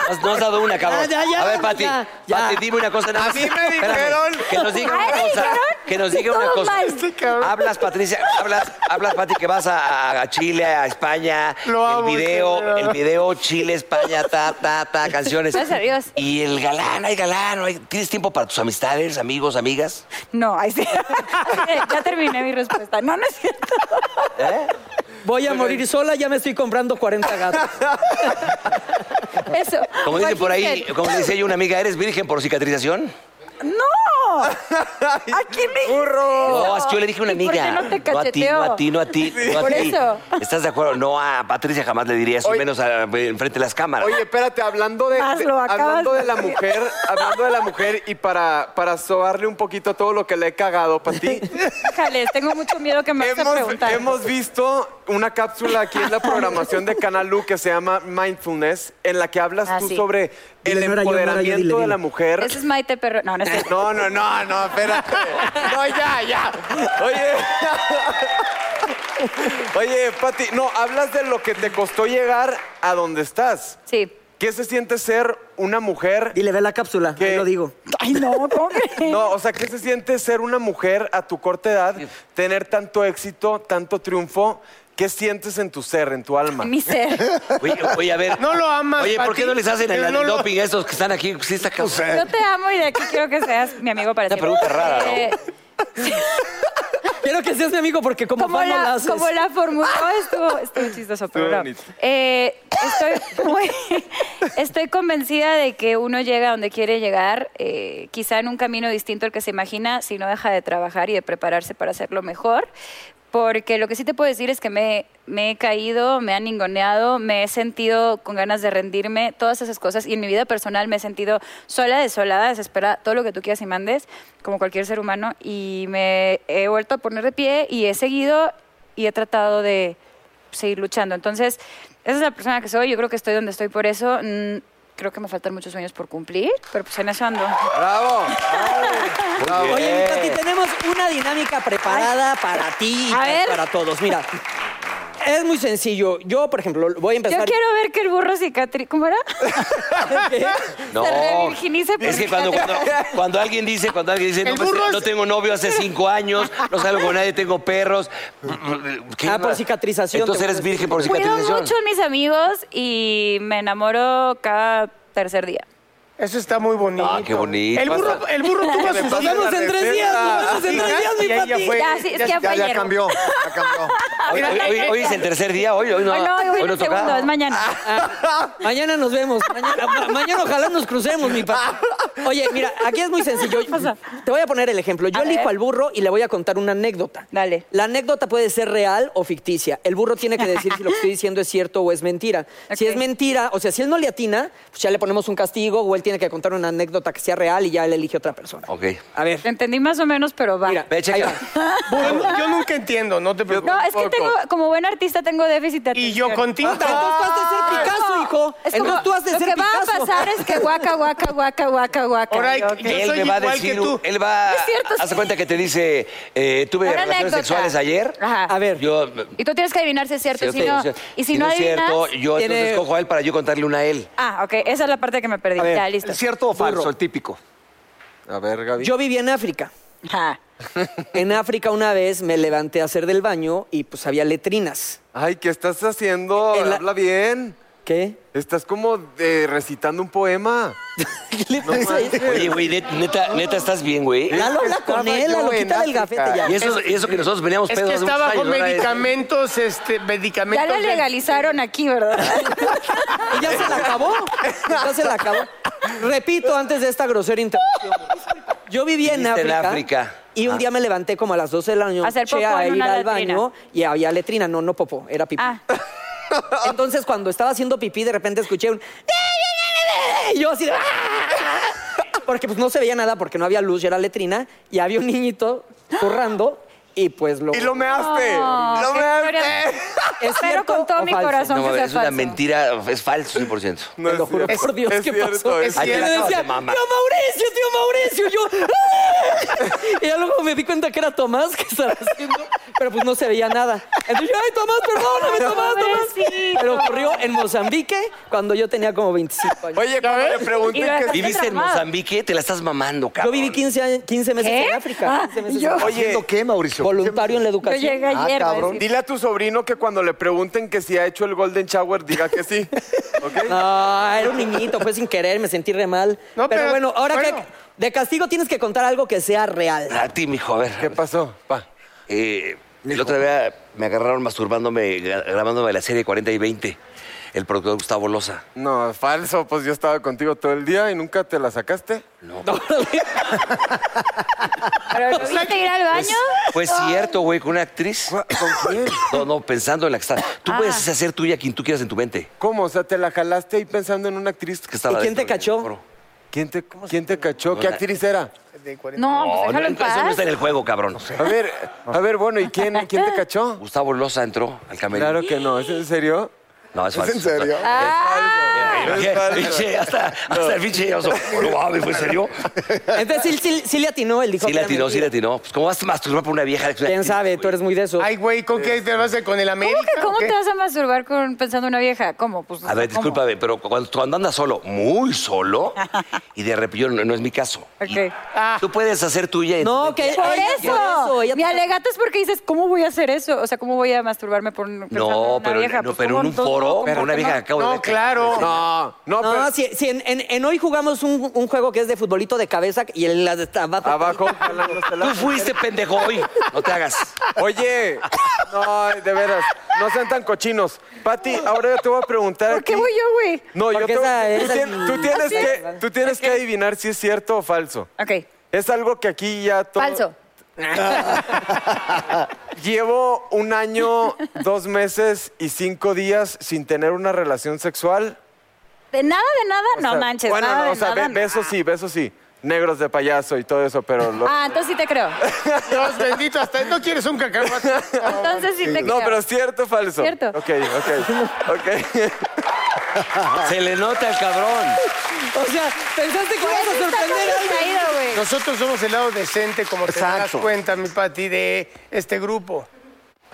[SPEAKER 3] Nos, nos has dado una, cabrón.
[SPEAKER 6] Ah, Ya, ya, ya,
[SPEAKER 3] a ver, Pati,
[SPEAKER 6] ya,
[SPEAKER 3] Pati, dime una cosa. Nada
[SPEAKER 6] A
[SPEAKER 3] más.
[SPEAKER 6] mí me
[SPEAKER 3] Espérame,
[SPEAKER 6] dijeron-
[SPEAKER 3] Que nos diga
[SPEAKER 6] A
[SPEAKER 3] una
[SPEAKER 6] él le
[SPEAKER 3] cosa.
[SPEAKER 6] dijeron
[SPEAKER 3] Que nos
[SPEAKER 6] que
[SPEAKER 3] diga una
[SPEAKER 6] todo
[SPEAKER 3] cosa.
[SPEAKER 6] mal. Este cabrón.
[SPEAKER 3] hablas, Patricia, hablas, hablas, Pati, que vas a, a Chile, a España.
[SPEAKER 1] amo,
[SPEAKER 3] el video,
[SPEAKER 1] este cabrón.
[SPEAKER 3] el video Chile, España, ta, ta, ta, canciones.
[SPEAKER 7] Gracias a Dios.
[SPEAKER 3] Y el galán, ay, galán. ay, ¿Tienes tiempo para tus amistades, amigos, amigas?
[SPEAKER 7] No, ahí sí. ya terminé mi respuesta. No, no es cierto.
[SPEAKER 2] Voy a morir sola, ya me estoy comprando 40 gatos.
[SPEAKER 7] Eso.
[SPEAKER 3] Como dice por ahí, como dice yo una amiga, ¿eres virgen por cicatrización?
[SPEAKER 7] ¡No! ¿A quién le
[SPEAKER 3] No, es que yo le dije a una
[SPEAKER 7] ¿Y por qué
[SPEAKER 3] amiga.
[SPEAKER 7] no te
[SPEAKER 3] a ti,
[SPEAKER 7] cacheteo?
[SPEAKER 3] no a ti, no a ti.
[SPEAKER 7] Sí.
[SPEAKER 3] no a
[SPEAKER 7] Por
[SPEAKER 3] ti.
[SPEAKER 7] eso.
[SPEAKER 3] ¿Estás de acuerdo? No, a Patricia jamás le diría eso, y menos a- eh, enfrente de las cámaras.
[SPEAKER 6] Oye, espérate, hablando de,
[SPEAKER 3] Hazlo,
[SPEAKER 6] de-
[SPEAKER 3] acabas
[SPEAKER 6] hablando de
[SPEAKER 3] de
[SPEAKER 6] la
[SPEAKER 3] decir.
[SPEAKER 6] mujer, hablando de la mujer y para, para sobarle un poquito todo lo que le he cagado para ti.
[SPEAKER 7] Híjales, tengo mucho miedo que me vas a
[SPEAKER 6] Hemos,
[SPEAKER 7] preguntar.
[SPEAKER 6] hemos visto una cápsula aquí en la programación de Canal U que se llama Mindfulness, en la que hablas
[SPEAKER 7] Ah,
[SPEAKER 6] tú
[SPEAKER 7] sí.
[SPEAKER 6] sobre
[SPEAKER 7] Nora,
[SPEAKER 6] el
[SPEAKER 7] yo, Nora, yo,
[SPEAKER 6] empoderamiento
[SPEAKER 7] dile,
[SPEAKER 6] de
[SPEAKER 7] dile.
[SPEAKER 6] la mujer.
[SPEAKER 7] Ese es Maite Perro. No, no es cierto.
[SPEAKER 6] No, no, no, no, espérate. No, ya, ya. Oye. Oye, Pati, no, hablas de lo que te costó llegar a donde estás.
[SPEAKER 7] Sí.
[SPEAKER 6] ¿Qué se siente ser una mujer? Y
[SPEAKER 2] le ve la cápsula,
[SPEAKER 6] que... lo
[SPEAKER 2] digo.
[SPEAKER 7] Ay, no,
[SPEAKER 6] No, o sea, ¿qué se siente ser una mujer a tu corta edad, tener tanto éxito, tanto triunfo? ¿Qué sientes en tu ser, en tu alma?
[SPEAKER 7] Mi ser.
[SPEAKER 3] Oye, oye, a ver.
[SPEAKER 6] No lo amas,
[SPEAKER 3] Oye, ¿por
[SPEAKER 6] Pati,
[SPEAKER 3] qué no les hacen el
[SPEAKER 6] pero no lo-
[SPEAKER 3] antidoping a estos que están aquí? Sí, está cabrón.
[SPEAKER 7] Yo te amo y de aquí quiero que seas mi amigo para siempre.
[SPEAKER 3] pregunta rara, ¿no?
[SPEAKER 7] Eh,
[SPEAKER 2] Quiero que seas mi amigo porque como,
[SPEAKER 7] como,
[SPEAKER 2] fan no la
[SPEAKER 7] la,
[SPEAKER 2] haces.
[SPEAKER 7] como la formuló, estuvo, estuvo chistoso, pero
[SPEAKER 2] Estuvo
[SPEAKER 7] no.
[SPEAKER 2] bonito.
[SPEAKER 7] Eh, estoy, muy- estoy convencida de que uno llega a donde quiere llegar, eh, quizá en un camino distinto al que se imagina, si no deja de trabajar y de prepararse para hacerlo mejor. Porque lo que sí te puedo decir es que me, me he caído, me han ningoneado, me he sentido con ganas de rendirme, todas esas cosas. Y en mi vida personal me he sentido sola, desolada, desesperada, todo lo que tú quieras y mandes, como cualquier ser humano. Y me he vuelto a poner de pie y he seguido y he tratado de seguir luchando. Entonces, esa es la persona que soy. Yo creo que estoy donde estoy por eso. Mm, creo que me faltan muchos sueños por cumplir, pero pues en eso ando.
[SPEAKER 6] ¡Bravo!
[SPEAKER 3] Muy
[SPEAKER 2] Oye,
[SPEAKER 3] bien.
[SPEAKER 2] mi Pati, tenemos una dinámica preparada para ti y para todos. Mira, es muy sencillo. Yo, por ejemplo, voy a
[SPEAKER 7] Yo
[SPEAKER 2] empezar.
[SPEAKER 7] quiero ver que el burro cicatriz... ¿Cómo era?
[SPEAKER 3] No.
[SPEAKER 7] Se revirginice por
[SPEAKER 3] Es que cuando, cuando, cuando alguien dice, cuando alguien dice,
[SPEAKER 7] El
[SPEAKER 3] no, pues,
[SPEAKER 7] burro es-
[SPEAKER 3] no tengo novio hace cinco años, no salgo con nadie, tengo perros. ¿Qué
[SPEAKER 2] Ah, por
[SPEAKER 3] más?
[SPEAKER 2] cicatrización,
[SPEAKER 3] Entonces
[SPEAKER 2] te
[SPEAKER 3] eres
[SPEAKER 2] pones-
[SPEAKER 3] virgen por
[SPEAKER 7] Cuido
[SPEAKER 3] cicatrización.
[SPEAKER 7] mucho a mis amigos y me enamoro cada tercer día.
[SPEAKER 5] Eso está muy bonito.
[SPEAKER 3] Ah, qué bonito.
[SPEAKER 5] El burro, el burro tuvo a sus
[SPEAKER 3] Nos vemos en tres días, nos vemos en tres días, mi Pati.
[SPEAKER 5] Ya,
[SPEAKER 3] Ya,
[SPEAKER 5] sí,
[SPEAKER 3] sí,
[SPEAKER 5] es
[SPEAKER 3] es
[SPEAKER 5] que
[SPEAKER 3] que fue ayer.
[SPEAKER 5] ya cambió.
[SPEAKER 3] Hoy, hoy- hoy es el tercer día, hoy, hoy no.
[SPEAKER 2] Hoy no, hoy
[SPEAKER 7] es el
[SPEAKER 3] toca.
[SPEAKER 7] segundo, es mañana.
[SPEAKER 2] Mañana nos vemos. Mañana, ma- mañana ojalá nos crucemos, mi Pati. Oye, mira, aquí es muy sencillo. Te voy a poner el ejemplo. Yo elijo al burro y le voy a contar una anécdota. Dale. La anécdota puede ser real o ficticia. El burro tiene que decir si lo que estoy diciendo es cierto o es mentira. Si es mentira, o sea, si él no le atina, pues ya le ponemos un castigo o él tiene que contar una anécdota que sea real y ya él elige otra persona.
[SPEAKER 3] Ok.
[SPEAKER 2] A ver.
[SPEAKER 7] Entendí más o menos, pero va.
[SPEAKER 2] Ve, checa.
[SPEAKER 5] Yo, yo nunca entiendo, no te preocupes.
[SPEAKER 7] No, es que tengo, como buen artista, tengo déficit de atención.
[SPEAKER 5] Y yo con tinta.
[SPEAKER 2] Entonces tú has de ser Picasso, hijo.
[SPEAKER 7] Es
[SPEAKER 2] Entonces
[SPEAKER 7] como,
[SPEAKER 2] tú has de
[SPEAKER 7] lo
[SPEAKER 2] ser
[SPEAKER 7] que va
[SPEAKER 2] Picasso.
[SPEAKER 7] a pasar es que guaca, guaca, guaca, guaca, guaca.
[SPEAKER 5] Ahora,
[SPEAKER 7] Yo, ok.
[SPEAKER 5] yo
[SPEAKER 3] él
[SPEAKER 5] soy
[SPEAKER 3] me va a
[SPEAKER 5] igual
[SPEAKER 3] decir,
[SPEAKER 5] que tú.
[SPEAKER 3] él va,
[SPEAKER 7] Es cierto,
[SPEAKER 3] hace
[SPEAKER 7] sí.
[SPEAKER 3] cuenta que te dice, eh, tuve
[SPEAKER 7] Una
[SPEAKER 3] relaciones
[SPEAKER 7] anécdota.
[SPEAKER 3] sexuales ayer.
[SPEAKER 7] Ajá.
[SPEAKER 2] A ver.
[SPEAKER 3] Yo,
[SPEAKER 7] Y tú tienes que adivinar si es cierto, si no. Y si, no,
[SPEAKER 3] es
[SPEAKER 7] adivinas...
[SPEAKER 3] cierto, yo
[SPEAKER 2] tiene-
[SPEAKER 3] entonces cojo a él para yo contarle una a él.
[SPEAKER 7] Ah, ok, esa es la parte que me perdí. Ya, listo.
[SPEAKER 8] ¿Es cierto o falso? El típico.
[SPEAKER 6] A ver, Gaby.
[SPEAKER 2] Yo viví en África.
[SPEAKER 7] Ajá.
[SPEAKER 2] En África una vez me levanté a hacer del baño y pues había letrinas.
[SPEAKER 6] Ay, ¿qué estás haciendo?
[SPEAKER 2] En la-
[SPEAKER 6] Habla bien.
[SPEAKER 2] ¿Qué?
[SPEAKER 6] Estás como eh, recitando un poema.
[SPEAKER 3] Oye, güey, net- neta, neta, ¿estás bien, güey?
[SPEAKER 2] Lalo habla
[SPEAKER 6] Estaba
[SPEAKER 2] con él,
[SPEAKER 6] yo
[SPEAKER 2] Lalo,
[SPEAKER 6] en
[SPEAKER 2] quítale el
[SPEAKER 6] África.
[SPEAKER 2] gafete ya.
[SPEAKER 3] Ah, Y eso, y eso que nosotros veníamos
[SPEAKER 5] Es
[SPEAKER 3] pedos
[SPEAKER 5] que
[SPEAKER 3] hace muchos
[SPEAKER 5] está bajo
[SPEAKER 3] años, ¿no? Era-
[SPEAKER 5] medicamentos, este,
[SPEAKER 7] Ya
[SPEAKER 5] medicamentos.
[SPEAKER 7] la
[SPEAKER 5] de-
[SPEAKER 7] legalizaron aquí, ¿verdad?
[SPEAKER 2] Y ya se la acabó. Ya se la acabó. Repito antes de esta grosera interrupción. Yo vivía en
[SPEAKER 3] Viviste en
[SPEAKER 2] África,
[SPEAKER 3] África. Ah.
[SPEAKER 2] y un día me levanté como a las 12 de la noche
[SPEAKER 7] Ah. Hacer popó en
[SPEAKER 2] ir
[SPEAKER 7] una
[SPEAKER 2] al
[SPEAKER 7] letrina.
[SPEAKER 2] baño y había letrina, no, no popó, era pipí.
[SPEAKER 7] Ah.
[SPEAKER 2] Entonces cuando estaba haciendo pipí de repente escuché un... y yo así... de, "Ah". Porque pues no se veía nada porque no había luz y era letrina y había un niñito corrando y pues lo...
[SPEAKER 6] Y lo measte.
[SPEAKER 7] No,
[SPEAKER 6] lo
[SPEAKER 7] qué
[SPEAKER 6] measte.
[SPEAKER 7] historia-
[SPEAKER 2] ¿Es
[SPEAKER 7] Pero
[SPEAKER 2] cierto
[SPEAKER 7] con todo
[SPEAKER 2] o
[SPEAKER 7] mi
[SPEAKER 2] falso?
[SPEAKER 7] corazón
[SPEAKER 3] No,
[SPEAKER 7] que sea
[SPEAKER 3] es una
[SPEAKER 7] falso.
[SPEAKER 3] mentira, es falso 100%.
[SPEAKER 6] No
[SPEAKER 2] Te lo
[SPEAKER 6] es
[SPEAKER 2] juro
[SPEAKER 6] cierto.
[SPEAKER 2] por Dios,
[SPEAKER 6] Es
[SPEAKER 2] ¿qué
[SPEAKER 6] cierto,
[SPEAKER 2] pasó?
[SPEAKER 6] es
[SPEAKER 3] Ahí te
[SPEAKER 2] Y
[SPEAKER 3] la
[SPEAKER 2] le
[SPEAKER 3] acabas
[SPEAKER 2] decía,
[SPEAKER 3] de
[SPEAKER 2] tío
[SPEAKER 3] mamar.
[SPEAKER 2] Mauricio, tío Mauricio, yo... ¡ah! y ya luego me di cuenta que era Tomás que estaba haciendo, pero pues no se veía nada. Entonces yo, ay, Tomás, perdóname, Tomás, Tomás.
[SPEAKER 7] Pobrecito.
[SPEAKER 2] Pero ocurrió en Mozambique cuando yo tenía como 25 años.
[SPEAKER 6] Oye, cuando le
[SPEAKER 7] Y lo
[SPEAKER 6] pregunté
[SPEAKER 7] dejaste
[SPEAKER 6] que...
[SPEAKER 3] ¿Viviste en
[SPEAKER 7] traumado.
[SPEAKER 3] Mozambique? Te la estás mamando,
[SPEAKER 2] Yo
[SPEAKER 3] cabrón.
[SPEAKER 2] viví 15, años- 15 meses
[SPEAKER 7] ¿Qué?
[SPEAKER 2] en África.
[SPEAKER 7] Ah,
[SPEAKER 2] 15 meses
[SPEAKER 7] yo-
[SPEAKER 2] en África.
[SPEAKER 6] Oye,
[SPEAKER 8] ¿Haciendo qué, Mauricio?
[SPEAKER 2] Voluntario en la
[SPEAKER 7] Yo
[SPEAKER 2] educación.
[SPEAKER 7] llegué
[SPEAKER 8] Ah,
[SPEAKER 7] ayer.
[SPEAKER 8] cabrón.
[SPEAKER 7] decir.
[SPEAKER 6] Dile a tu sobrino que cuando le pregunten que si ha hecho el Golden Shower, diga que sí. ¿Ok?
[SPEAKER 2] No, era un niñito, fue sin querer, me sentí re mal.
[SPEAKER 5] No,
[SPEAKER 2] pero,
[SPEAKER 5] pero-
[SPEAKER 2] bueno, ahora que
[SPEAKER 5] bueno.
[SPEAKER 2] de castigo tienes que contar algo que sea real.
[SPEAKER 3] A ti, mijo, a ver.
[SPEAKER 6] ¿Qué pasó? Pa.
[SPEAKER 3] Eh, la otra vez me agarraron masturbándome, gra- grabándome la serie 40 y 20. El productor Gustavo Loza.
[SPEAKER 6] No, falso. Pues yo estaba contigo todo el día y nunca te la sacaste.
[SPEAKER 7] ¿Pero lo viste ir al baño?
[SPEAKER 3] Fue cierto, güey, con una actriz.
[SPEAKER 6] ¿Con quién?
[SPEAKER 3] No, no, pensando en la que está. Tú
[SPEAKER 7] Ah.
[SPEAKER 3] puedes hacer tuya a quien tú quieras en tu mente.
[SPEAKER 6] ¿Cómo? O sea, te la jalaste ahí pensando en una actriz.
[SPEAKER 3] Que
[SPEAKER 6] que-
[SPEAKER 3] estaba
[SPEAKER 2] ¿Y quién te
[SPEAKER 3] dentro del
[SPEAKER 2] cachó?
[SPEAKER 3] foro.
[SPEAKER 6] ¿Quién te, ¿Quién te cachó? ¿Qué
[SPEAKER 3] Hola.
[SPEAKER 6] actriz era?
[SPEAKER 7] No, pues
[SPEAKER 3] No, no,
[SPEAKER 7] déjalo en
[SPEAKER 3] eso no
[SPEAKER 7] paz.
[SPEAKER 3] está en el juego, cabrón.
[SPEAKER 6] A ver, a ver, bueno, ¿y quién, quién te cachó?
[SPEAKER 3] Gustavo Loza entró al camerino.
[SPEAKER 6] Claro que no, ¿es en serio?
[SPEAKER 3] No, es falso.
[SPEAKER 8] ¿En serio?
[SPEAKER 7] Ah.
[SPEAKER 3] Pinche-
[SPEAKER 6] Es falso.
[SPEAKER 3] pinche, hasta, hasta el pinche oso. No mames, ¿fue en serio?
[SPEAKER 2] Entonces sí, sí- sí le atinó, él dijo
[SPEAKER 3] Sí
[SPEAKER 2] que
[SPEAKER 3] la
[SPEAKER 2] era
[SPEAKER 3] tiró, sí
[SPEAKER 2] mentira.
[SPEAKER 3] la tiró. Pues, ¿cómo vas a masturbar por una vieja?
[SPEAKER 2] ¿Quién sabe? Tú eres muy de eso.
[SPEAKER 5] Ay, güey, ¿con qué
[SPEAKER 3] Este.
[SPEAKER 5] te vas a con el América?
[SPEAKER 7] ¿Cómo, que,
[SPEAKER 5] o
[SPEAKER 7] ¿Cómo
[SPEAKER 5] qué?
[SPEAKER 7] te vas a masturbar con, pensando en una vieja? ¿Cómo? Pues,
[SPEAKER 3] A
[SPEAKER 7] ¿cómo?
[SPEAKER 3] ver, discúlpame, pero cuando, cuando andas solo, muy solo, y de repente yo- no, no es mi caso.
[SPEAKER 7] Ok.
[SPEAKER 5] Ah.
[SPEAKER 3] Tú puedes hacer tuya. en-
[SPEAKER 2] No, que
[SPEAKER 7] Por
[SPEAKER 2] ella-
[SPEAKER 7] eso,
[SPEAKER 2] por eso, ella-
[SPEAKER 7] mi alegato es porque dices, ¿cómo voy a hacer eso? O sea, ¿cómo voy a masturbarme por un- pensando en
[SPEAKER 3] No,
[SPEAKER 7] una
[SPEAKER 3] pero,
[SPEAKER 7] vieja?
[SPEAKER 3] no,
[SPEAKER 7] Pues,
[SPEAKER 3] pero
[SPEAKER 7] ¿cómo
[SPEAKER 3] en un
[SPEAKER 7] entonces
[SPEAKER 3] foro,
[SPEAKER 7] cómo
[SPEAKER 3] con una
[SPEAKER 7] que
[SPEAKER 3] vieja que
[SPEAKER 7] no?
[SPEAKER 3] acabo de
[SPEAKER 5] No,
[SPEAKER 3] ver.
[SPEAKER 5] claro.
[SPEAKER 6] No, no,
[SPEAKER 2] No,
[SPEAKER 6] pero...
[SPEAKER 2] si, si en, en- en hoy jugamos un, un juego que es de futbolito de cabeza y él la está abajo.
[SPEAKER 6] Abajo, jalándosela.
[SPEAKER 3] Tú fuiste pendejo hoy. No te hagas.
[SPEAKER 6] Oye, no, de veras, no sean tan cochinos. Pati, ahora yo te voy a preguntar.
[SPEAKER 7] ¿Por qué
[SPEAKER 6] aquí-
[SPEAKER 7] voy yo, güey?
[SPEAKER 6] No, yo
[SPEAKER 2] Porque
[SPEAKER 6] te voy-
[SPEAKER 2] esa-
[SPEAKER 6] tú,
[SPEAKER 2] esa
[SPEAKER 6] tien-
[SPEAKER 2] es mi-
[SPEAKER 6] tú tienes,
[SPEAKER 2] ¿Sí?
[SPEAKER 6] que, tú tienes que adivinar si es cierto o falso.
[SPEAKER 7] Ok,
[SPEAKER 6] Es algo que aquí ya todo.
[SPEAKER 7] falso.
[SPEAKER 6] Llevo un año, dos meses y cinco días sin tener una relación sexual.
[SPEAKER 7] ¿De nada, de nada?
[SPEAKER 6] O
[SPEAKER 7] no
[SPEAKER 6] sea,
[SPEAKER 7] manches,
[SPEAKER 6] Bueno,
[SPEAKER 7] nada
[SPEAKER 6] no, o
[SPEAKER 7] de
[SPEAKER 6] sea,
[SPEAKER 7] nada.
[SPEAKER 6] be- besos sí, besos sí. Negros de payaso y todo eso, pero. lo-
[SPEAKER 7] Ah, entonces sí te creo.
[SPEAKER 5] Dios bendito, hasta no quieres un cacahuate.
[SPEAKER 7] Entonces sí te creo.
[SPEAKER 6] No, pero ¿cierto o falso?
[SPEAKER 7] Cierto.
[SPEAKER 6] Ok, ok, ok.
[SPEAKER 3] Se le nota al cabrón.
[SPEAKER 2] O sea, pensaste que ibas a
[SPEAKER 7] Pues
[SPEAKER 2] sorprender a alguien.
[SPEAKER 7] Distraído, güey.
[SPEAKER 5] Nosotros somos el lado decente, como te das
[SPEAKER 8] Exacto.
[SPEAKER 5] cuenta, mi Pati, de este grupo.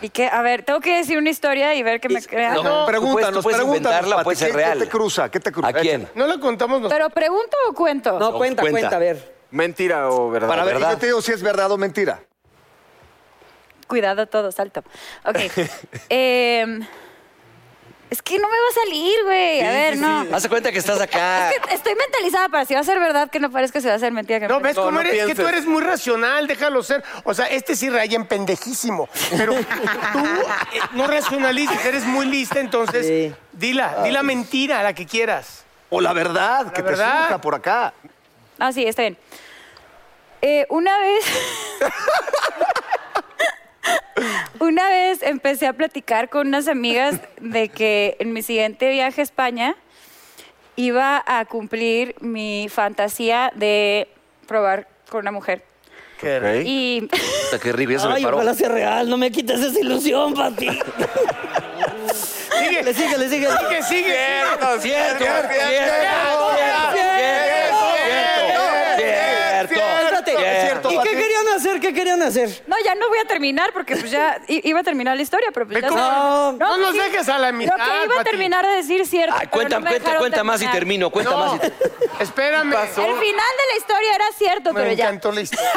[SPEAKER 7] ¿Y qué? A ver, tengo que decir una historia y ver que me
[SPEAKER 5] Eh,
[SPEAKER 7] crean.
[SPEAKER 3] No, tú puedes-
[SPEAKER 4] pues-
[SPEAKER 8] Pregúntanos,
[SPEAKER 3] tú puedes
[SPEAKER 8] pregúntanos,
[SPEAKER 3] inventarla,
[SPEAKER 8] Pati,
[SPEAKER 3] puede ser
[SPEAKER 8] ¿qué-
[SPEAKER 3] real.
[SPEAKER 8] ¿Qué te cruza? ¿Qué te cruza?
[SPEAKER 3] ¿A quién?
[SPEAKER 5] No lo contamos nosotros.
[SPEAKER 7] ¿Pero pregunto o cuento?
[SPEAKER 2] No, cuenta,
[SPEAKER 3] cuenta.
[SPEAKER 2] cuenta, a ver.
[SPEAKER 6] Mentira o verdad.
[SPEAKER 8] Para ver, y
[SPEAKER 3] ¿Verdad?
[SPEAKER 8] yo te digo si es verdad o mentira.
[SPEAKER 7] Cuidado todos, alto. Ok. Em, es que no me va a salir, güey. A ver, no.
[SPEAKER 3] Haz de cuenta que estás acá.
[SPEAKER 7] Es que estoy mentalizada para si va a ser verdad que no parezca si va a ser mentira que
[SPEAKER 5] No, ¿ves
[SPEAKER 6] No,
[SPEAKER 5] cómo
[SPEAKER 6] no
[SPEAKER 5] eres? Es Que tú
[SPEAKER 6] pienses.
[SPEAKER 5] eres muy racional, déjalo ser. O sea, este sí raya en pendejísimo. Pero tú eh, no racionalizas, eres muy lista, entonces
[SPEAKER 2] Sí.
[SPEAKER 5] dila, di la mentira, la que quieras.
[SPEAKER 8] O la verdad, que
[SPEAKER 5] verdad.
[SPEAKER 8] te surja por acá.
[SPEAKER 7] Ah, sí, está bien. Eh, una vez. una vez empecé a platicar con unas amigas de que en mi siguiente viaje a España iba a cumplir mi fantasía de probar con una mujer.
[SPEAKER 3] Qué rico.
[SPEAKER 7] Y
[SPEAKER 3] Puta, Qué rico, ya se me
[SPEAKER 2] Ay,
[SPEAKER 3] paró.
[SPEAKER 2] ojalá sea real, no me quites esa ilusión, papi.
[SPEAKER 5] Sigue,
[SPEAKER 2] Le sigue, le sigue.
[SPEAKER 5] sigue, sigue.
[SPEAKER 6] Cierto,
[SPEAKER 2] Cierto, cierto,
[SPEAKER 6] cierto,
[SPEAKER 2] cierto,
[SPEAKER 8] cierto,
[SPEAKER 2] Espérate,
[SPEAKER 8] cierto,
[SPEAKER 2] ¿Y qué querían hacer? ¿Qué querían hacer?
[SPEAKER 7] no, ya no voy a terminar porque pues ya i- iba a terminar la historia, pero pues ya
[SPEAKER 5] cómo-
[SPEAKER 7] sabes.
[SPEAKER 5] No nos
[SPEAKER 7] sí,
[SPEAKER 5] dejes a la mitad,
[SPEAKER 7] Lo que iba a
[SPEAKER 5] Pati.
[SPEAKER 7] terminar de decir cierto.
[SPEAKER 3] Ay,
[SPEAKER 7] pero
[SPEAKER 3] cuenta,
[SPEAKER 7] no me
[SPEAKER 3] cuenta,
[SPEAKER 7] dejaron
[SPEAKER 3] cuenta más y
[SPEAKER 7] terminar.
[SPEAKER 3] termino. Cuenta más
[SPEAKER 5] No,
[SPEAKER 3] y te-
[SPEAKER 5] espérame.
[SPEAKER 7] El final de la historia era cierto, pero
[SPEAKER 5] Me
[SPEAKER 7] ya.
[SPEAKER 5] encantó la historia.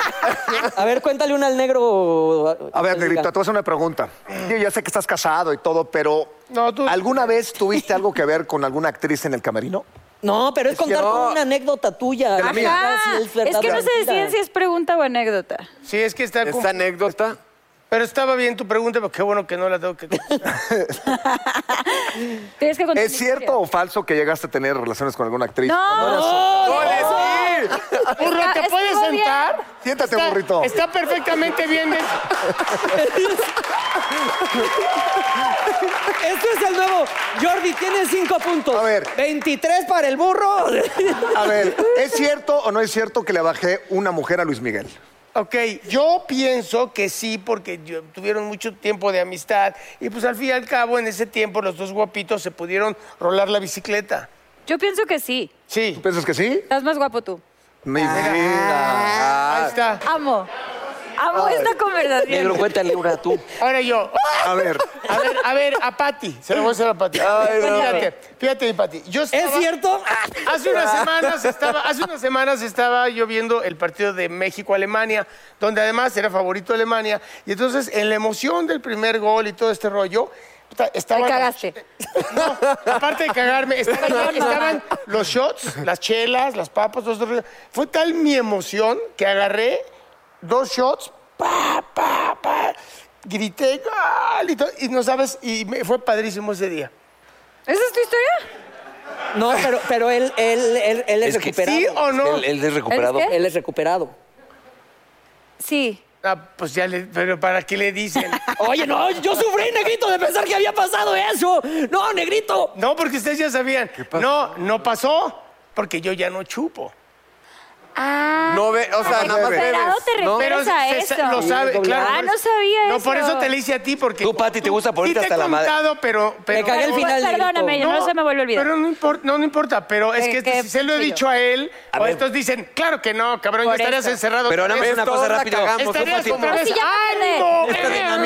[SPEAKER 2] A ver, cuéntale una al negro.
[SPEAKER 4] A ver, Negrito, te
[SPEAKER 2] Negrito.
[SPEAKER 4] voy a hacer una pregunta. Yo ya sé que estás casado y todo, pero
[SPEAKER 5] No, tú-
[SPEAKER 4] ¿alguna vez tuviste algo que ver con alguna actriz en el camerino?
[SPEAKER 2] No, pero es contar con una anécdota tuya.
[SPEAKER 7] Ajá.
[SPEAKER 2] Ajá, si
[SPEAKER 7] Es, que no se
[SPEAKER 2] mentira.
[SPEAKER 7] deciden si es pregunta o anécdota.
[SPEAKER 5] Sí, es que está...
[SPEAKER 6] Esta
[SPEAKER 5] confu-
[SPEAKER 6] anécdota.
[SPEAKER 5] Pero estaba bien tu pregunta, pero qué bueno que no la tengo que...
[SPEAKER 7] Tienes que contar
[SPEAKER 4] ¿Es
[SPEAKER 7] la
[SPEAKER 4] cierto o falso que llegaste a tener relaciones con alguna actriz?
[SPEAKER 7] historia. No,
[SPEAKER 6] ¡No, decir!
[SPEAKER 5] Burro, ¿te
[SPEAKER 7] estuvo
[SPEAKER 5] puedes
[SPEAKER 7] bien.
[SPEAKER 5] sentar?
[SPEAKER 4] Siéntate,
[SPEAKER 5] Está-
[SPEAKER 4] burrito.
[SPEAKER 5] Está perfectamente bien. de-
[SPEAKER 2] Este es el nuevo. Jordi tiene cinco puntos.
[SPEAKER 4] A ver.
[SPEAKER 2] 23 para el burro.
[SPEAKER 4] A ver, ¿es cierto o no es cierto que le bajé una mujer a Luis Miguel?
[SPEAKER 5] Ok, yo pienso que sí, porque yo- tuvieron mucho tiempo de amistad y pues al fin y al cabo en ese tiempo los dos guapitos se pudieron rolar la bicicleta.
[SPEAKER 7] Yo pienso que sí.
[SPEAKER 5] Sí, Ah.
[SPEAKER 4] ¿Tú piensas que sí?
[SPEAKER 7] Estás más guapo tú.
[SPEAKER 4] Mi vida.
[SPEAKER 5] ahí está.
[SPEAKER 7] Amo. Amo esta conversación.
[SPEAKER 3] Negro, cuéntale una tú.
[SPEAKER 5] Ahora yo.
[SPEAKER 4] A ver,
[SPEAKER 5] A ver, a ver, a Pati. Se lo voy a hacer a Pati. Fíjate, fíjate, mi Pati. Yo
[SPEAKER 2] ¿Es
[SPEAKER 5] estaba-
[SPEAKER 2] cierto?
[SPEAKER 5] Hace unas semanas estaba, hace unas semanas estaba yo viendo el partido de México-Alemania, donde además era favorito Alemania. Y entonces, en la emoción del primer gol y todo este rollo, puta,
[SPEAKER 7] Te
[SPEAKER 5] estaban.
[SPEAKER 7] cagaste.
[SPEAKER 5] No, aparte de cagarme, estaban, estaban los shots, las chelas, las papas, todo eso. Fue tal mi emoción que agarré dos shots, pa, pa, pa, grité, ¡gol! Y, todo, y no sabes, y me- fue padrísimo ese día.
[SPEAKER 7] ¿Esa es tu historia?
[SPEAKER 2] No, pero, pero él, él, él, él es,
[SPEAKER 3] Es que
[SPEAKER 2] recuperado.
[SPEAKER 5] ¿Sí o no?
[SPEAKER 3] Él, él es recuperado.
[SPEAKER 7] ¿Eres qué?
[SPEAKER 2] Él es recuperado.
[SPEAKER 7] Sí.
[SPEAKER 5] Ah, pues ya le, pero ¿para qué le dicen?
[SPEAKER 2] Oye, no, yo sufrí, negrito, de pensar que había pasado eso. No, negrito.
[SPEAKER 5] No, porque ustedes ya sabían. No, no pasó, porque yo ya no chupo.
[SPEAKER 7] Ah.
[SPEAKER 6] No ve, o sea, nada más
[SPEAKER 7] Recuperado
[SPEAKER 6] bebes.
[SPEAKER 7] te
[SPEAKER 6] ¿no?
[SPEAKER 7] refieres a
[SPEAKER 5] se
[SPEAKER 7] eso.
[SPEAKER 5] sa- lo sabe, claro.
[SPEAKER 7] Ah,
[SPEAKER 5] por
[SPEAKER 7] no
[SPEAKER 5] eso-
[SPEAKER 7] sabía
[SPEAKER 5] No,
[SPEAKER 7] eso.
[SPEAKER 5] por eso te le hice a ti, porque...
[SPEAKER 3] Tú, Pati, te gusta ponerte
[SPEAKER 5] sí te he
[SPEAKER 3] hasta la madre.
[SPEAKER 5] contado, pero... pero
[SPEAKER 2] cagué el
[SPEAKER 7] Pues,
[SPEAKER 2] final,
[SPEAKER 7] Perdóname,
[SPEAKER 2] negrito.
[SPEAKER 7] no, se me vuelve a olvidar.
[SPEAKER 5] Pero no importa, no, no importa, pero es
[SPEAKER 7] Eh,
[SPEAKER 5] que este
[SPEAKER 7] qué
[SPEAKER 5] sí se lo he
[SPEAKER 7] frío.
[SPEAKER 5] dicho a él,
[SPEAKER 3] A
[SPEAKER 5] o
[SPEAKER 3] ver.
[SPEAKER 5] estos dicen, claro que no, cabrón, ya
[SPEAKER 7] Por
[SPEAKER 5] estarías
[SPEAKER 7] eso.
[SPEAKER 5] encerrado.
[SPEAKER 3] Pero nada
[SPEAKER 5] otra
[SPEAKER 3] más
[SPEAKER 5] vez.
[SPEAKER 3] una
[SPEAKER 6] todos
[SPEAKER 3] cosa
[SPEAKER 6] la
[SPEAKER 3] rápido.
[SPEAKER 6] cagamos, ¿no,
[SPEAKER 5] Estarías
[SPEAKER 6] Pati?
[SPEAKER 5] otra vez,
[SPEAKER 7] Sí, ya
[SPEAKER 5] ¡ay,
[SPEAKER 7] me
[SPEAKER 5] no!
[SPEAKER 7] acordé.
[SPEAKER 5] eh".
[SPEAKER 3] Espérame, esto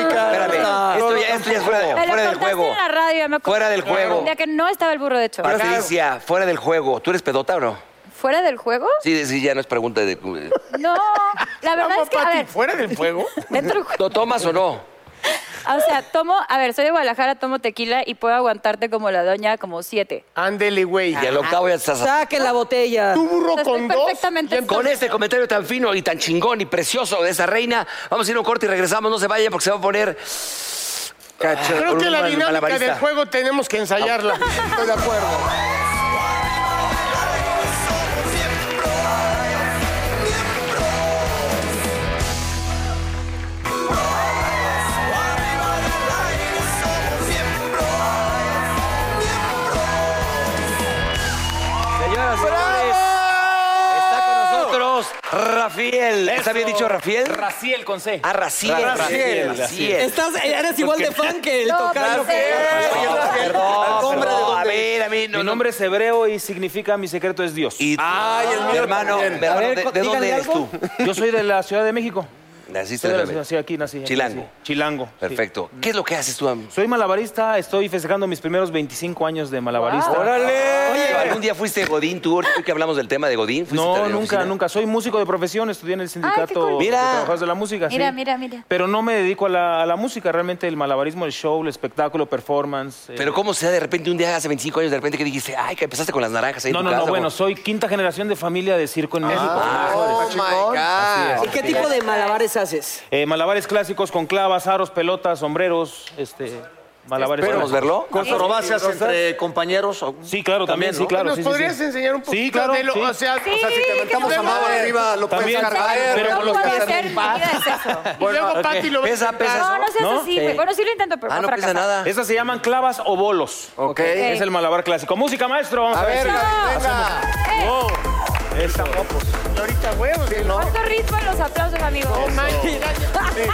[SPEAKER 3] ya, esto ya es fuera, de-
[SPEAKER 7] Me lo
[SPEAKER 3] fuera del
[SPEAKER 7] contaste
[SPEAKER 3] juego.
[SPEAKER 7] en la radio, ya me acordé.
[SPEAKER 3] Fuera del juego.
[SPEAKER 7] Un día que no estaba el burro, de hecho.
[SPEAKER 3] Patricia, fuera del juego. ¿Tú eres pedota o no?
[SPEAKER 7] ¿Fuera del juego?
[SPEAKER 3] Sí, sí, ya no es pregunta de...
[SPEAKER 7] No. La verdad
[SPEAKER 5] Vamos,
[SPEAKER 7] es que, a
[SPEAKER 5] Pati,
[SPEAKER 7] ver,
[SPEAKER 5] ¿fuera del fuego?
[SPEAKER 7] dentro del juego-
[SPEAKER 3] ¿Lo tomas o no?
[SPEAKER 7] O sea, tomo, a ver, soy de Guadalajara, tomo tequila y puedo aguantarte como la doña, como siete.
[SPEAKER 5] Ándele, güey.
[SPEAKER 3] Y al
[SPEAKER 7] Ah.
[SPEAKER 3] octavo ya estás...
[SPEAKER 2] Saquen la botella.
[SPEAKER 5] Tú burro
[SPEAKER 7] Estoy
[SPEAKER 5] con dos.
[SPEAKER 7] perfectamente
[SPEAKER 5] ya-
[SPEAKER 3] Con este comentario tan fino y tan chingón y precioso de esa reina, vamos a ir a un corte y regresamos. No se vayan porque se va a poner... Cacho,
[SPEAKER 5] Creo que
[SPEAKER 3] un
[SPEAKER 5] la
[SPEAKER 3] mal-
[SPEAKER 5] dinámica
[SPEAKER 3] malabarista.
[SPEAKER 5] del juego tenemos que ensayarla.
[SPEAKER 4] estoy de acuerdo.
[SPEAKER 3] Señoras y señores, está con nosotros Rafael. ¿Está bien dicho Rafael?
[SPEAKER 9] Raciel con C.
[SPEAKER 3] Ah, Raciel.
[SPEAKER 9] Raciel,
[SPEAKER 3] Raciel.
[SPEAKER 2] Estás, eres igual de fan que el
[SPEAKER 7] No,
[SPEAKER 2] tocayo.
[SPEAKER 7] pues, eh.
[SPEAKER 3] Perdón, perdón. A ver, a mí no.
[SPEAKER 9] Ah, Mi
[SPEAKER 3] no.
[SPEAKER 9] nombre es hebreo y significa mi secreto es Dios.
[SPEAKER 3] Y Ay, el mío hermano, mi hermano,
[SPEAKER 9] A ver,
[SPEAKER 3] ¿de,
[SPEAKER 9] co-
[SPEAKER 3] de dónde
[SPEAKER 9] díganle
[SPEAKER 3] eres
[SPEAKER 9] algo.
[SPEAKER 3] tú?
[SPEAKER 9] Yo soy de la Ciudad de México.
[SPEAKER 3] Naciste
[SPEAKER 9] Soy de
[SPEAKER 3] en
[SPEAKER 9] la
[SPEAKER 3] México.
[SPEAKER 9] ciudad- sí, aquí nací. aquí
[SPEAKER 3] Chilango.
[SPEAKER 9] nací. Chilango. sí.
[SPEAKER 3] Perfecto. ¿Qué es lo que haces tú, amigo?
[SPEAKER 9] Soy malabarista, estoy festejando mis primeros 25 años de malabarista.
[SPEAKER 3] Oye, ¿algún día fuiste Godín? ¿Tú hoy que hablamos del tema de Godín? ¿fuiste
[SPEAKER 9] No,
[SPEAKER 3] también a la
[SPEAKER 9] nunca,
[SPEAKER 3] oficina?
[SPEAKER 9] nunca. Soy músico de profesión, estudié en el
[SPEAKER 7] qué
[SPEAKER 9] sindicato
[SPEAKER 7] cool.
[SPEAKER 9] de
[SPEAKER 3] Mira.
[SPEAKER 9] trabajadores de la música. sí.
[SPEAKER 7] Mira, mira, mira.
[SPEAKER 9] Pero no me dedico a la, a la música, realmente el malabarismo, el show, el espectáculo, performance. eh.
[SPEAKER 3] Pero ¿cómo sea de repente un día hace 25 años, de repente que dijiste, ay, que empezaste con las naranjas ahí en
[SPEAKER 9] No,
[SPEAKER 3] tu
[SPEAKER 9] no,
[SPEAKER 3] casa,
[SPEAKER 9] no,
[SPEAKER 3] güey"?
[SPEAKER 9] bueno, soy quinta generación de familia de circo en México.
[SPEAKER 5] oh
[SPEAKER 3] Ah,
[SPEAKER 2] ¿Y qué tipo de malabares haces?
[SPEAKER 9] Eh, malabares clásicos con clavas, aros, pelotas, sombreros, este, Malabares.
[SPEAKER 10] Pero-
[SPEAKER 9] Podemos verlo.
[SPEAKER 10] ¿Con
[SPEAKER 9] Sí.
[SPEAKER 10] acrobacias
[SPEAKER 9] Sí.
[SPEAKER 10] entre compañeros?
[SPEAKER 9] Sí, claro, también, sí, claro.
[SPEAKER 5] ¿Nos
[SPEAKER 9] sí, sí,
[SPEAKER 5] podrías
[SPEAKER 9] sí.
[SPEAKER 5] enseñar un poco
[SPEAKER 9] Sí, claro,
[SPEAKER 5] de lo,
[SPEAKER 9] sí.
[SPEAKER 5] o sea,
[SPEAKER 9] Sí,
[SPEAKER 5] o sea, si te aventamos
[SPEAKER 9] claro.
[SPEAKER 5] a mano arriba, lo puedes
[SPEAKER 9] También,
[SPEAKER 5] cargar,
[SPEAKER 9] pero
[SPEAKER 5] pero
[SPEAKER 9] con los pies
[SPEAKER 7] hacer
[SPEAKER 9] también.
[SPEAKER 7] mi vida de sexo.
[SPEAKER 9] Bueno,
[SPEAKER 7] y luego
[SPEAKER 9] ok.
[SPEAKER 7] Pati lo va a
[SPEAKER 9] Pesa,
[SPEAKER 7] intentar.
[SPEAKER 9] pesa,
[SPEAKER 7] No, no seas
[SPEAKER 9] ¿no?
[SPEAKER 7] así,
[SPEAKER 9] Sí. Ah,
[SPEAKER 7] güey. Bueno, sí lo intento,
[SPEAKER 3] Ah,
[SPEAKER 7] pero va a fracasar.
[SPEAKER 9] Esas se llaman clavas o bolos. Ok. Es el malabar clásico. Música, maestro. Vamos a, ver. si-
[SPEAKER 7] ¡Eh!
[SPEAKER 5] Hacemos-
[SPEAKER 9] No, esa no, pues.
[SPEAKER 5] Y ahorita huevos, ¿no?
[SPEAKER 7] ¿Cuánto ritmo en los aplausos, amigos?
[SPEAKER 5] No manches.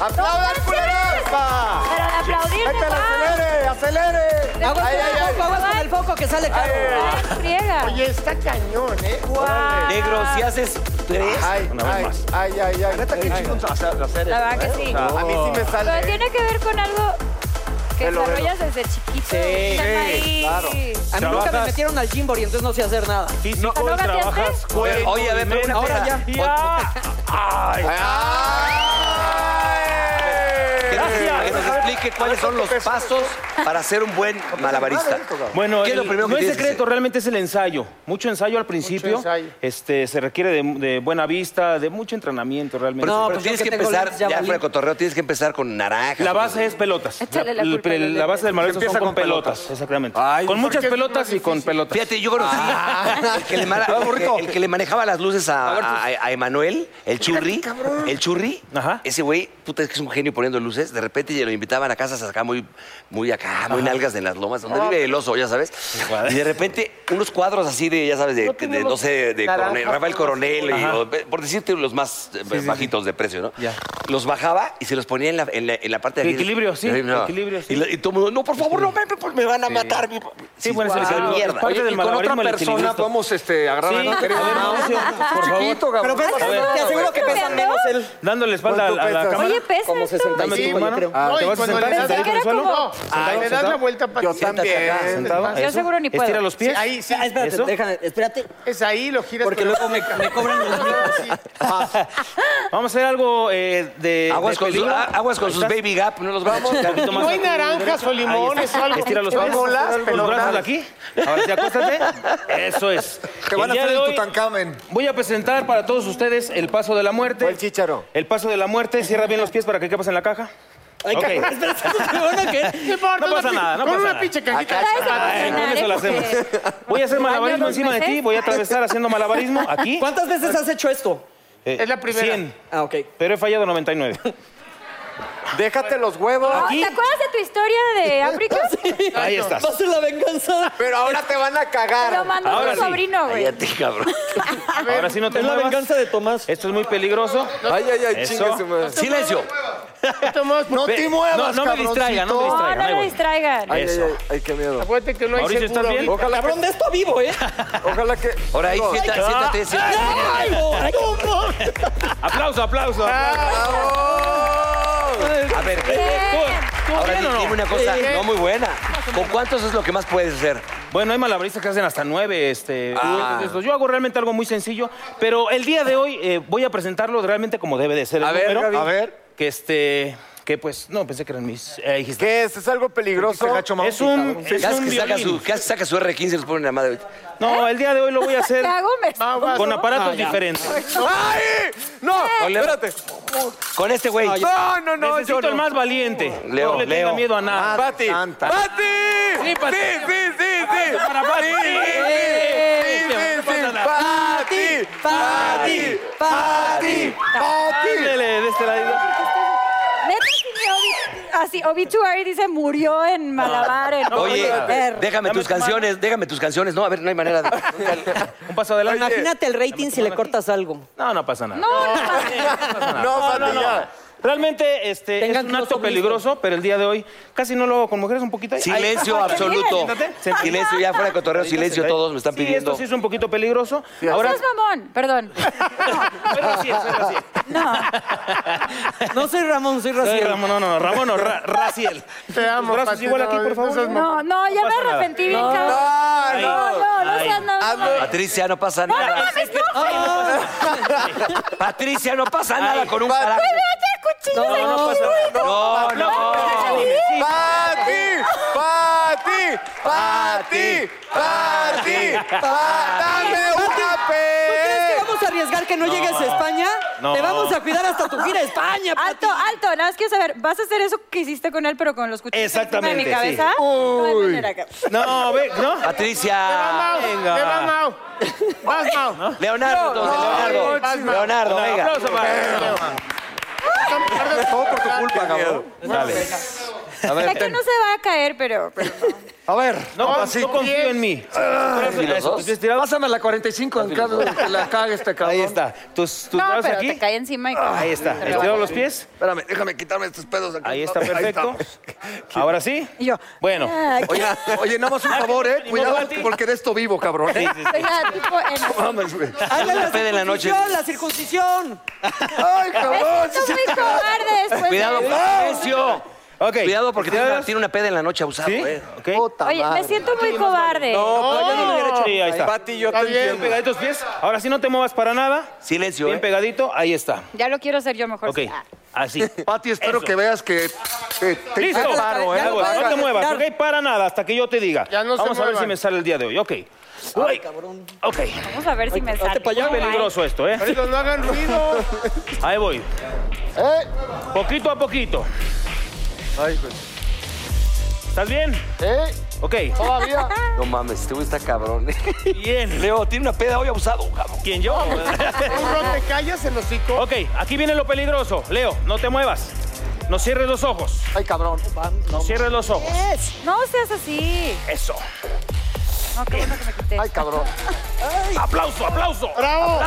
[SPEAKER 7] ¡Aplaudan, culeros! Pero de aplaudir
[SPEAKER 1] Ahí está, acelere,
[SPEAKER 5] acelere.
[SPEAKER 2] Aguas con el foco, aguas con el foco, que sale caro.
[SPEAKER 5] Oye, está cañón, ¿eh? Órale.
[SPEAKER 10] Negro, si haces tres,
[SPEAKER 5] Ay,
[SPEAKER 10] una vez
[SPEAKER 5] ay,
[SPEAKER 10] más.
[SPEAKER 5] ay, ay, ay.
[SPEAKER 10] La neta, qué chingón hacer hacer
[SPEAKER 7] La
[SPEAKER 10] esto,
[SPEAKER 7] verdad
[SPEAKER 10] ¿eh?
[SPEAKER 7] que sí.
[SPEAKER 10] O sea, A mí sí me sale.
[SPEAKER 7] Pero tiene que ver con algo que
[SPEAKER 10] Velo,
[SPEAKER 7] desarrollas desde chiquito.
[SPEAKER 2] Sí,
[SPEAKER 7] Están
[SPEAKER 2] sí,
[SPEAKER 7] ahí.
[SPEAKER 2] claro. A mí nunca me
[SPEAKER 9] Trabajas-
[SPEAKER 2] metieron al gymboard y entonces no sé hacer nada.
[SPEAKER 9] Físico,
[SPEAKER 2] ¿No gateaste?
[SPEAKER 9] trabajas cuerpo,
[SPEAKER 2] Oye, a ver, pero
[SPEAKER 9] mente.
[SPEAKER 2] ahora ya.
[SPEAKER 9] Ya. Ay.
[SPEAKER 1] ah,
[SPEAKER 3] Que nos-
[SPEAKER 9] Gracias.
[SPEAKER 3] Que nos explique cuáles son los pasos para ser un buen malabarista.
[SPEAKER 9] Bueno,
[SPEAKER 3] ¿Qué es lo
[SPEAKER 9] el-
[SPEAKER 3] primero
[SPEAKER 9] no
[SPEAKER 3] que
[SPEAKER 9] es
[SPEAKER 3] tienes que
[SPEAKER 9] secreto, realmente es el ensayo. Mucho ensayo al principio.
[SPEAKER 5] ensayo.
[SPEAKER 9] Este, se requiere de, de buena vista, de mucho entrenamiento realmente.
[SPEAKER 3] Pero, pero pues tienes que empezar, ya fuera de cotorreo, tienes que empezar con naranjas.
[SPEAKER 9] La base es pelotas.
[SPEAKER 3] Échale la
[SPEAKER 9] El-
[SPEAKER 3] culpa,
[SPEAKER 9] el-
[SPEAKER 3] Lele.
[SPEAKER 9] la base del malabarismo
[SPEAKER 3] Se empieza
[SPEAKER 9] son con,
[SPEAKER 3] con
[SPEAKER 9] pelotas.
[SPEAKER 3] pelotas.
[SPEAKER 9] exactamente.
[SPEAKER 3] Ay,
[SPEAKER 9] con
[SPEAKER 3] ¿por
[SPEAKER 9] muchas
[SPEAKER 3] qué es
[SPEAKER 9] pelotas y con pelotas.
[SPEAKER 3] Fíjate, yo conocí el, que le mala-
[SPEAKER 9] Ah,
[SPEAKER 3] el,
[SPEAKER 9] burrito.
[SPEAKER 3] que- el que le manejaba las luces a, a, a Emanuel, el churri. El churri, ese güey, puta, es que es un genio poniendo luces. De repente ya lo invitaban a casas acá muy, muy acá, muy nalgas en las lomas, donde
[SPEAKER 10] Ah.
[SPEAKER 3] vive el oso, ya sabes. Y de repente, unos cuadros así de, ya sabes, de, de, no sé, de
[SPEAKER 10] naranjas,
[SPEAKER 3] coronel, Rafael Coronel, y-
[SPEAKER 10] Ajá.
[SPEAKER 3] o- por decirte los más eh, bajitos de precio, ¿no? Los bajaba y se los ponía en la, en la, en la parte de
[SPEAKER 9] De
[SPEAKER 3] aquí.
[SPEAKER 9] equilibrio, sí,
[SPEAKER 3] Ahí, no.
[SPEAKER 9] equilibrio, sí.
[SPEAKER 3] Y, la- y todo el mundo, no, por favor, no, me, me van a matar. mi-
[SPEAKER 9] Sí, bueno,
[SPEAKER 3] guau.
[SPEAKER 9] es el-
[SPEAKER 3] Mierda.
[SPEAKER 9] es parte
[SPEAKER 3] Oye,
[SPEAKER 9] del
[SPEAKER 3] y con otra
[SPEAKER 9] malabarismo el
[SPEAKER 3] persona
[SPEAKER 9] equilibrista.
[SPEAKER 4] Vamos este, agarrar
[SPEAKER 9] Sí,
[SPEAKER 4] a nuestro querido
[SPEAKER 9] a ver,
[SPEAKER 4] Mau.
[SPEAKER 9] Mauricio, por favor.
[SPEAKER 4] Chiquito, cabrón.
[SPEAKER 9] Pero ves,
[SPEAKER 4] A ver.
[SPEAKER 9] te aseguro
[SPEAKER 2] que pesa menos él.
[SPEAKER 9] Dándole espalda a,
[SPEAKER 2] ¿Cuánto
[SPEAKER 9] la- a la
[SPEAKER 2] pesas?
[SPEAKER 9] cámara.
[SPEAKER 2] Oye, pesa
[SPEAKER 9] Como
[SPEAKER 2] esto.
[SPEAKER 9] 65,
[SPEAKER 2] Sí,
[SPEAKER 9] yo
[SPEAKER 2] bueno.
[SPEAKER 9] creo.
[SPEAKER 2] Ah,
[SPEAKER 9] ¿Te
[SPEAKER 2] ¿y
[SPEAKER 9] vas a
[SPEAKER 2] cuando
[SPEAKER 9] sentar
[SPEAKER 2] le das
[SPEAKER 9] sentadito en el
[SPEAKER 2] la cara
[SPEAKER 9] suelo? Ah,
[SPEAKER 2] como-
[SPEAKER 5] Ay, le das la vuelta para
[SPEAKER 9] Yo también. Sentado,
[SPEAKER 5] Yo
[SPEAKER 9] eso.
[SPEAKER 5] seguro ni puedo.
[SPEAKER 9] Estira los pies.
[SPEAKER 5] Sí, ahí sí.
[SPEAKER 2] Ah, espérate,
[SPEAKER 9] Eso.
[SPEAKER 2] déjame, espérate.
[SPEAKER 5] Es ahí, lo giras.
[SPEAKER 2] Porque
[SPEAKER 5] con la
[SPEAKER 2] luego me,
[SPEAKER 5] boca.
[SPEAKER 2] me cobran los micros.
[SPEAKER 9] Vamos a hacer algo eh, de.
[SPEAKER 3] Aguas
[SPEAKER 9] de
[SPEAKER 3] con sus-
[SPEAKER 9] película.
[SPEAKER 3] a- aguas con sus
[SPEAKER 9] ¿Estás?
[SPEAKER 3] baby gap, no los vamos.
[SPEAKER 9] Un poquito más
[SPEAKER 5] No hay
[SPEAKER 9] aquí,
[SPEAKER 5] naranjas
[SPEAKER 9] derecho.
[SPEAKER 5] o limones
[SPEAKER 9] Ahí está.
[SPEAKER 5] o algo.
[SPEAKER 9] Estira los
[SPEAKER 5] Con
[SPEAKER 9] brazos.
[SPEAKER 5] bolas,
[SPEAKER 9] los
[SPEAKER 5] pelotas.
[SPEAKER 9] brazos de aquí. Ahora sí, acuéstate. Eso es.
[SPEAKER 4] Te van a
[SPEAKER 9] El día
[SPEAKER 4] hacer
[SPEAKER 9] de
[SPEAKER 4] el
[SPEAKER 9] hoy
[SPEAKER 4] Tutankamen.
[SPEAKER 9] Voy a presentar para todos ustedes el paso de la muerte. El
[SPEAKER 10] chícharo.
[SPEAKER 9] El paso de la muerte. Cierra bien los pies para que quepas en la caja.
[SPEAKER 2] Ay,
[SPEAKER 9] Ok.
[SPEAKER 2] cabrón, espera, ¿se van a caer?
[SPEAKER 5] No importa,
[SPEAKER 9] No pasa
[SPEAKER 5] una pi-
[SPEAKER 9] nada, no
[SPEAKER 5] Con
[SPEAKER 9] pasa
[SPEAKER 5] una
[SPEAKER 9] nada.
[SPEAKER 5] pinche cajita.
[SPEAKER 7] Acá está.
[SPEAKER 9] Ay, con eso lo hacemos. Voy a hacer malabarismo
[SPEAKER 7] Bañados
[SPEAKER 9] encima de
[SPEAKER 7] meses.
[SPEAKER 9] ti. Voy a atravesar haciendo malabarismo aquí.
[SPEAKER 2] ¿Cuántas veces has hecho esto?
[SPEAKER 9] Eh,
[SPEAKER 5] Es la primera.
[SPEAKER 9] 100,
[SPEAKER 2] Ah, ok.
[SPEAKER 9] pero he fallado 99.
[SPEAKER 10] Déjate los huevos.
[SPEAKER 7] No, ¿Te acuerdas de tu historia de África?
[SPEAKER 9] Ahí estás.
[SPEAKER 2] Va a ser la venganza.
[SPEAKER 10] Pero ahora te van a
[SPEAKER 7] Te Lo
[SPEAKER 10] cagar.
[SPEAKER 7] mandó
[SPEAKER 9] Ahora
[SPEAKER 7] tu
[SPEAKER 9] sí.
[SPEAKER 7] sobrino, güey.
[SPEAKER 3] Cállate, cabrón.
[SPEAKER 9] Ahora sí no te
[SPEAKER 2] Es la
[SPEAKER 9] muevas.
[SPEAKER 2] venganza de Tomás.
[SPEAKER 9] Esto es muy peligroso.
[SPEAKER 10] Ay, ay, ay,
[SPEAKER 9] Eso.
[SPEAKER 10] chinga su madre.
[SPEAKER 3] Silencio.
[SPEAKER 5] Tomás,
[SPEAKER 4] No
[SPEAKER 5] no,
[SPEAKER 4] te muevas,
[SPEAKER 9] no, no me distraiga, no
[SPEAKER 4] cabroncito.
[SPEAKER 7] No,
[SPEAKER 9] me distraiga.
[SPEAKER 7] no
[SPEAKER 9] ahí
[SPEAKER 7] lo
[SPEAKER 9] voy.
[SPEAKER 7] distraigan.
[SPEAKER 10] Ay, ay,
[SPEAKER 9] Eso.
[SPEAKER 10] ay, ay, qué miedo.
[SPEAKER 5] acuérdate que no hay
[SPEAKER 9] Mauricio, ¿estás
[SPEAKER 5] seguro.
[SPEAKER 9] bien?
[SPEAKER 10] Ojalá
[SPEAKER 2] Cabrón, de esto vivo, ¿eh?
[SPEAKER 10] Ojalá que.
[SPEAKER 3] Ahora ahí, sienta- siéntate, siéntate.
[SPEAKER 2] ¡Ay, no! ¡Ay,
[SPEAKER 9] Aplauso, aplauso.
[SPEAKER 10] ¡Ah,
[SPEAKER 3] A ver,
[SPEAKER 1] eh,
[SPEAKER 3] ahora
[SPEAKER 9] bien o no?
[SPEAKER 3] dime una cosa, no muy buena. ¿Con cuántos es lo que más puedes hacer?
[SPEAKER 9] Bueno, hay malabaristas que hacen hasta nueve. Este,
[SPEAKER 3] Ah.
[SPEAKER 9] estos. Yo hago realmente algo muy sencillo, pero el día de hoy eh, voy a presentarlo realmente como debe de ser. el
[SPEAKER 10] A ver,
[SPEAKER 9] número.
[SPEAKER 10] Gaby. A ver.
[SPEAKER 9] Que este, que pues, no, pensé que eran mis. eh, dijiste.
[SPEAKER 10] ¿Qué es? ¿Es algo peligroso?
[SPEAKER 9] Es un, es
[SPEAKER 3] Casi
[SPEAKER 9] un
[SPEAKER 3] que saca
[SPEAKER 9] violín.
[SPEAKER 3] su, casi saca su R15 y los pone en la madre. ¿Eh?
[SPEAKER 9] No, el día de hoy lo voy a hacer
[SPEAKER 7] Te hago un beso.
[SPEAKER 9] con
[SPEAKER 1] Ah,
[SPEAKER 9] aparatos diferentes.
[SPEAKER 10] ¡Ay! ¡No! Espérate.
[SPEAKER 3] Con este güey.
[SPEAKER 10] No, no, no.
[SPEAKER 9] Necesito
[SPEAKER 10] yo no.
[SPEAKER 9] el más valiente.
[SPEAKER 3] Leo,
[SPEAKER 9] no le
[SPEAKER 3] Leo.
[SPEAKER 9] tenga miedo a nada.
[SPEAKER 10] Pati.
[SPEAKER 4] Santa.
[SPEAKER 10] ¡Pati! Sí,
[SPEAKER 9] Pati.
[SPEAKER 10] Sí, sí, sí, sí.
[SPEAKER 9] Para Pati.
[SPEAKER 10] Sí, sí, sí, sí,
[SPEAKER 9] No
[SPEAKER 10] sí.
[SPEAKER 9] pasa nada.
[SPEAKER 10] Pati. Pati. Pati.
[SPEAKER 9] Ándele, de este lado.
[SPEAKER 7] Neta, si mi obi- así, obituary dice murió en Malabar, en
[SPEAKER 3] Ah. Oye, eh,
[SPEAKER 7] Oliver.
[SPEAKER 3] déjame tus
[SPEAKER 9] tu mano.
[SPEAKER 3] canciones, déjame tus canciones. No, a ver, no hay manera de.
[SPEAKER 9] Un paso adelante.
[SPEAKER 2] Imagínate el rating si le cortas algo.
[SPEAKER 9] No, no pasa nada.
[SPEAKER 7] No, no, no.
[SPEAKER 10] No, Pati, ya.
[SPEAKER 9] Realmente este,
[SPEAKER 2] Tengan
[SPEAKER 9] es un
[SPEAKER 2] los
[SPEAKER 9] acto
[SPEAKER 2] oblicuos.
[SPEAKER 9] peligroso, pero el día de hoy casi no lo hago con mujeres, un poquito. ahí.
[SPEAKER 3] Silencio
[SPEAKER 9] Ahí.
[SPEAKER 3] absoluto.
[SPEAKER 9] Siéntate, siéntate.
[SPEAKER 3] Silencio, ya fuera de cotorreo, silencio todos, me están
[SPEAKER 9] Sí, esto
[SPEAKER 3] pidiendo.
[SPEAKER 9] sí es un poquito peligroso.
[SPEAKER 7] Ahora...
[SPEAKER 9] Ahora,
[SPEAKER 7] es mamón, perdón.
[SPEAKER 9] pero así es, pero así es.
[SPEAKER 2] No soy Ramón, soy
[SPEAKER 9] Soy
[SPEAKER 2] Raciel.
[SPEAKER 9] Ramón, no, no, no, Ramón, no, Ra- Raciel.
[SPEAKER 5] Te amo,
[SPEAKER 9] Los brazos
[SPEAKER 5] Pati,
[SPEAKER 9] igual
[SPEAKER 5] no,
[SPEAKER 9] aquí, por favor.
[SPEAKER 5] no seas mamón.
[SPEAKER 7] No, no, ya me
[SPEAKER 9] pasa nada.
[SPEAKER 7] arrepentí bien, cabrón.
[SPEAKER 10] No, Ah,
[SPEAKER 7] No, no, no
[SPEAKER 9] Ay.
[SPEAKER 7] seas nada. No,
[SPEAKER 3] Patricia, no pasa
[SPEAKER 7] no
[SPEAKER 3] nada.
[SPEAKER 7] mames, no. güey.
[SPEAKER 3] Patricia, no pasa nada con un carajo.
[SPEAKER 7] Güey, vete a cuchillos
[SPEAKER 9] No, no
[SPEAKER 7] aquí,
[SPEAKER 9] pasa
[SPEAKER 7] güey.
[SPEAKER 9] nada.
[SPEAKER 3] No, no.
[SPEAKER 10] Pati. Pati. Pati. Pati. Pa- Dame una P.
[SPEAKER 2] ¿Tú crees que vamos vamos a arriesgar que no,
[SPEAKER 7] No.
[SPEAKER 2] llegues a España.
[SPEAKER 7] No.
[SPEAKER 2] Te vamos a cuidar hasta tu gira a España.
[SPEAKER 7] Alto, alto, nada más quiero saber, ¿vas a hacer eso que hiciste con él, pero con los cuchillos encima de mi
[SPEAKER 8] Exactamente, sí.
[SPEAKER 7] cabeza? No hay manera que-
[SPEAKER 8] No, ve, no.
[SPEAKER 3] Ah,
[SPEAKER 8] Patricia.
[SPEAKER 5] Te va, Mau. Vas, Mau.
[SPEAKER 8] Leonardo, entonces, Leonardo.
[SPEAKER 5] vas, Mau.
[SPEAKER 8] Leonardo, venga.
[SPEAKER 5] Aplauso para-
[SPEAKER 4] Todo por tu culpa, cabrón.
[SPEAKER 8] Dale. A
[SPEAKER 7] Sé
[SPEAKER 8] ver,
[SPEAKER 7] que no se va a caer, pero... pero
[SPEAKER 8] a ver.
[SPEAKER 9] No, Ah,
[SPEAKER 8] así.
[SPEAKER 9] no confío en mí.
[SPEAKER 11] Pásame la 45 en caso de que la cague este cabrón. Ahí está.
[SPEAKER 9] Tus,
[SPEAKER 7] no, pero te cae encima y...
[SPEAKER 9] Ahí está.
[SPEAKER 7] Te lo
[SPEAKER 9] ¿Estiro
[SPEAKER 7] bajas.
[SPEAKER 9] los pies?
[SPEAKER 3] Espérame, déjame quitarme estos pedos aquí.
[SPEAKER 9] Ahí está perfecto. Ahora sí. Bueno.
[SPEAKER 7] Ah,
[SPEAKER 4] Oye, oye, nada más un favor, ¿eh? Cuidado, porque de esto vivo, cabrón.
[SPEAKER 9] Sí, sí, sí.
[SPEAKER 7] Oiga, tipo, en-
[SPEAKER 4] Mames, güey.
[SPEAKER 2] Hazle la
[SPEAKER 3] Fe de la noche.
[SPEAKER 2] circuncisión, la circuncisión.
[SPEAKER 4] ¡Ay,
[SPEAKER 7] cabrón! Es muy cobarde después.
[SPEAKER 3] Cuidado,
[SPEAKER 7] de-
[SPEAKER 3] Fabricio.
[SPEAKER 9] Okay.
[SPEAKER 3] Cuidado porque tiene una, tiene una peda en la noche abusado, ¿eh?
[SPEAKER 7] Oye, me siento muy cobarde.
[SPEAKER 9] Sí, ahí está.
[SPEAKER 6] Pati, yo
[SPEAKER 9] Está
[SPEAKER 6] te
[SPEAKER 9] bien
[SPEAKER 6] entiendo.
[SPEAKER 9] pegaditos pies. Ahora sí no te muevas para nada.
[SPEAKER 3] Silencio,
[SPEAKER 9] Bien
[SPEAKER 3] ¿eh?
[SPEAKER 9] pegadito. Ahí está.
[SPEAKER 7] Ya lo quiero hacer yo mejor.
[SPEAKER 9] Ok. Así.
[SPEAKER 4] Pati, espero
[SPEAKER 9] Eso.
[SPEAKER 4] que veas que eh, te
[SPEAKER 9] Listo.
[SPEAKER 4] hice paro, ¿eh?
[SPEAKER 9] Ya, güey, no te muevas,
[SPEAKER 4] Claro.
[SPEAKER 9] ok, para nada, hasta que yo te diga.
[SPEAKER 5] Ya no se
[SPEAKER 9] Vamos a ver
[SPEAKER 5] muevan.
[SPEAKER 9] si me sale el día de hoy, ok. Uy, ok.
[SPEAKER 7] Vamos a ver si me sale.
[SPEAKER 9] este Es peligroso esto, ¿eh?
[SPEAKER 5] Amigos, no hagan ruido.
[SPEAKER 9] Ahí voy.
[SPEAKER 4] Eh.
[SPEAKER 9] Poquito a poquito.
[SPEAKER 4] pues.
[SPEAKER 9] ¿Estás bien?
[SPEAKER 4] ¿Eh?
[SPEAKER 9] Ok.
[SPEAKER 4] Todavía.
[SPEAKER 3] No mames, este güey está cabrón.
[SPEAKER 9] Bien.
[SPEAKER 3] Leo, tiene una peda hoy abusado, cabrón.
[SPEAKER 9] ¿Quién yo?
[SPEAKER 5] Burro, te callas el hocico.
[SPEAKER 9] ok, aquí viene lo peligroso. Leo, no te muevas. No cierres los ojos.
[SPEAKER 4] Ay, cabrón.
[SPEAKER 9] No cierres los ojos.
[SPEAKER 7] No seas así.
[SPEAKER 9] Eso.
[SPEAKER 7] No, qué bueno que me quité.
[SPEAKER 4] Ay, cabrón.
[SPEAKER 9] Aplauso, aplauso.
[SPEAKER 5] ¡Bravo!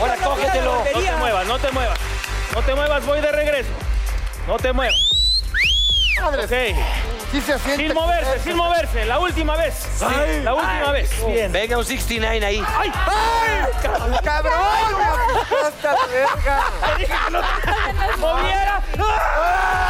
[SPEAKER 9] Ahora cógetelo. No te muevas, no te muevas. No te muevas, voy de regreso. No te muevas. Ok.
[SPEAKER 4] Sí se siente.
[SPEAKER 9] Sin moverse, sin moverse. La última vez. La última vez.
[SPEAKER 2] Oh.
[SPEAKER 9] Bien.
[SPEAKER 3] Venga, un 69 ahí.
[SPEAKER 9] ¡Ay! ¡Moviera!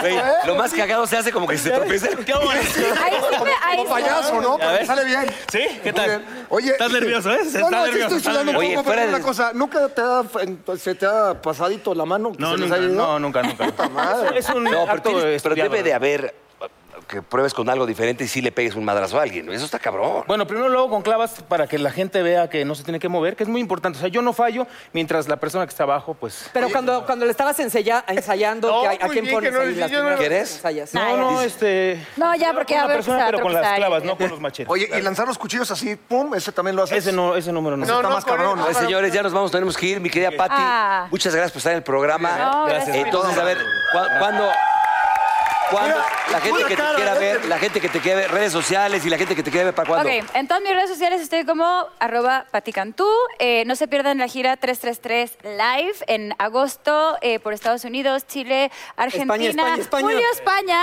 [SPEAKER 3] Güey,
[SPEAKER 4] eh?
[SPEAKER 3] lo más cagado se hace como que se tropieza. ¡Qué
[SPEAKER 7] Ahí sí me... Ahí
[SPEAKER 4] Como
[SPEAKER 7] sí.
[SPEAKER 4] payaso, ¿no?
[SPEAKER 9] A
[SPEAKER 4] Pero
[SPEAKER 9] ver.
[SPEAKER 4] sale bien.
[SPEAKER 9] ¿Sí? ¿Qué
[SPEAKER 4] Muy
[SPEAKER 9] tal?
[SPEAKER 4] bien. Oye.
[SPEAKER 9] Estás nervioso, ¿eh?
[SPEAKER 4] No, no,
[SPEAKER 9] Estás
[SPEAKER 4] sí
[SPEAKER 9] nervioso,
[SPEAKER 4] estoy
[SPEAKER 9] estás
[SPEAKER 4] sudando un
[SPEAKER 9] nervioso.
[SPEAKER 3] Oye,
[SPEAKER 4] poco,
[SPEAKER 3] fuera
[SPEAKER 4] pero una
[SPEAKER 3] de-
[SPEAKER 4] cosa. ¿Nunca te ha, en- se te ha pasadito la mano? que
[SPEAKER 9] No,
[SPEAKER 4] se les
[SPEAKER 9] nunca,
[SPEAKER 4] ha ido?
[SPEAKER 9] no, nunca, nunca.
[SPEAKER 4] Puta madre.
[SPEAKER 9] Es un
[SPEAKER 3] No, pero,
[SPEAKER 9] acto
[SPEAKER 3] tienes- pero
[SPEAKER 9] estudiado.
[SPEAKER 3] debe de haber uh, que pruebes con algo diferente y sí le pegues un madrazo a alguien. Eso está cabrón.
[SPEAKER 9] Bueno, primero luego con clavas para que la gente vea que no se tiene que mover, que es muy importante. O sea, yo no fallo mientras la persona que está abajo, pues.
[SPEAKER 2] Pero cuando, cuando le estabas ensaya- ensayando,
[SPEAKER 5] No,
[SPEAKER 2] ¿qué- ¿a
[SPEAKER 5] muy
[SPEAKER 2] quién
[SPEAKER 5] bien,
[SPEAKER 2] pones
[SPEAKER 5] que no
[SPEAKER 2] ahí
[SPEAKER 5] le-
[SPEAKER 2] las
[SPEAKER 5] yo no-
[SPEAKER 2] primeras
[SPEAKER 3] ¿Quieres?
[SPEAKER 2] ensayas?
[SPEAKER 9] No, no, este.
[SPEAKER 7] No, ya, porque
[SPEAKER 9] con
[SPEAKER 7] a
[SPEAKER 9] la
[SPEAKER 7] ver,
[SPEAKER 9] persona,
[SPEAKER 7] se va a
[SPEAKER 9] pero con las
[SPEAKER 7] tropezar.
[SPEAKER 9] clavas, no con los machetes.
[SPEAKER 4] Oye, y lanzar los cuchillos así, pum, ese también lo haces.
[SPEAKER 9] Ese no, ese número no.
[SPEAKER 4] Ese está
[SPEAKER 5] no,
[SPEAKER 4] más
[SPEAKER 5] con
[SPEAKER 4] cabrón.
[SPEAKER 5] él.
[SPEAKER 3] Pues, señores, ya nos vamos, tenemos que ir. Mi querida Patti,
[SPEAKER 7] Ah.
[SPEAKER 3] muchas gracias por estar en el programa. Eh,
[SPEAKER 7] No, gracias. Gracias.
[SPEAKER 3] Entonces, a ver, cu- ¿cuándo? cuándo
[SPEAKER 4] Mira,
[SPEAKER 3] la gente
[SPEAKER 4] pura
[SPEAKER 3] que te
[SPEAKER 4] cara,
[SPEAKER 3] quiera
[SPEAKER 4] ¿eh?
[SPEAKER 3] ver, la gente que te quiera ver, redes sociales y la gente que te quiera ver, ¿para cuándo?
[SPEAKER 7] Ok, en todas mis redes sociales estoy como arroba paticantú. Eh, no se pierdan la gira 333 Live en agosto eh, por Estados Unidos, Chile, Argentina,
[SPEAKER 2] España, España.
[SPEAKER 7] julio España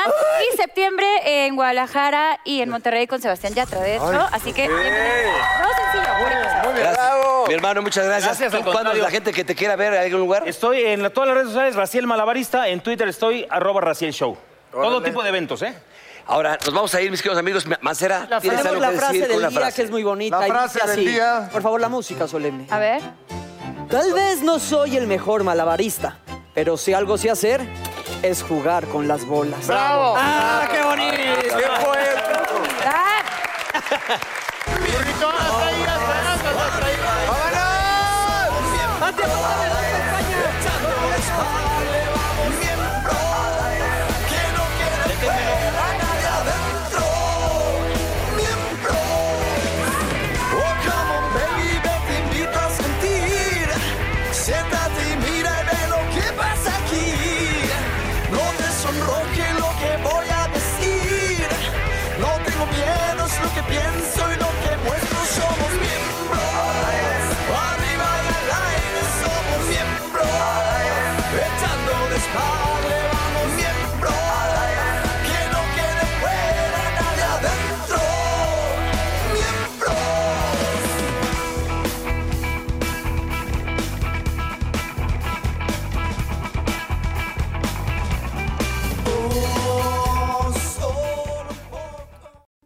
[SPEAKER 7] y septiembre en Guadalajara y en Monterrey con Sebastián Yatra, de hecho. Así que, bienvenidos. no sencillo. preciosa.
[SPEAKER 3] Gracias. Mi hermano, muchas gracias.
[SPEAKER 9] Gracias, al
[SPEAKER 3] ¿Tú cuándo
[SPEAKER 9] contrario.
[SPEAKER 3] la gente que te quiera ver en algún lugar?
[SPEAKER 9] Estoy en la- todas las redes sociales, Raciel Malabarista. En Twitter estoy arroba Raciel Show. Todo tipo de eventos, ¿eh?
[SPEAKER 3] Ahora, nos vamos a ir, mis queridos amigos. Ma- Macera, ¿tienes
[SPEAKER 2] Tenemos
[SPEAKER 3] algo
[SPEAKER 2] la
[SPEAKER 3] que
[SPEAKER 2] frase
[SPEAKER 3] decir con
[SPEAKER 2] del
[SPEAKER 3] la
[SPEAKER 2] día que
[SPEAKER 3] frase?
[SPEAKER 2] es muy bonita.
[SPEAKER 4] La
[SPEAKER 2] y dice
[SPEAKER 4] frase del
[SPEAKER 2] así.
[SPEAKER 4] día.
[SPEAKER 2] Por favor, la música solemne.
[SPEAKER 7] A ver.
[SPEAKER 2] Tal vez no soy el mejor malabarista, pero si algo sé hacer es jugar con las bolas.
[SPEAKER 5] ¡Bravo!
[SPEAKER 2] ¡Ah, qué bonito!
[SPEAKER 7] Ah,
[SPEAKER 5] Burrito, hasta ahí, hasta ahí, hasta ahí.
[SPEAKER 1] Miembro. Oh, come on, baby, ven, te invito a sentir. Siéntate y mira y ve lo que pasa aquí. No te sonroje lo que voy a decir. No tengo miedo, es lo que pienso y lo que muestro. Somos miembros. Arriba y al aire somos miembros. Echando desmadre, vamos miembros. Que no quede fuera nadie adentro. Miembros.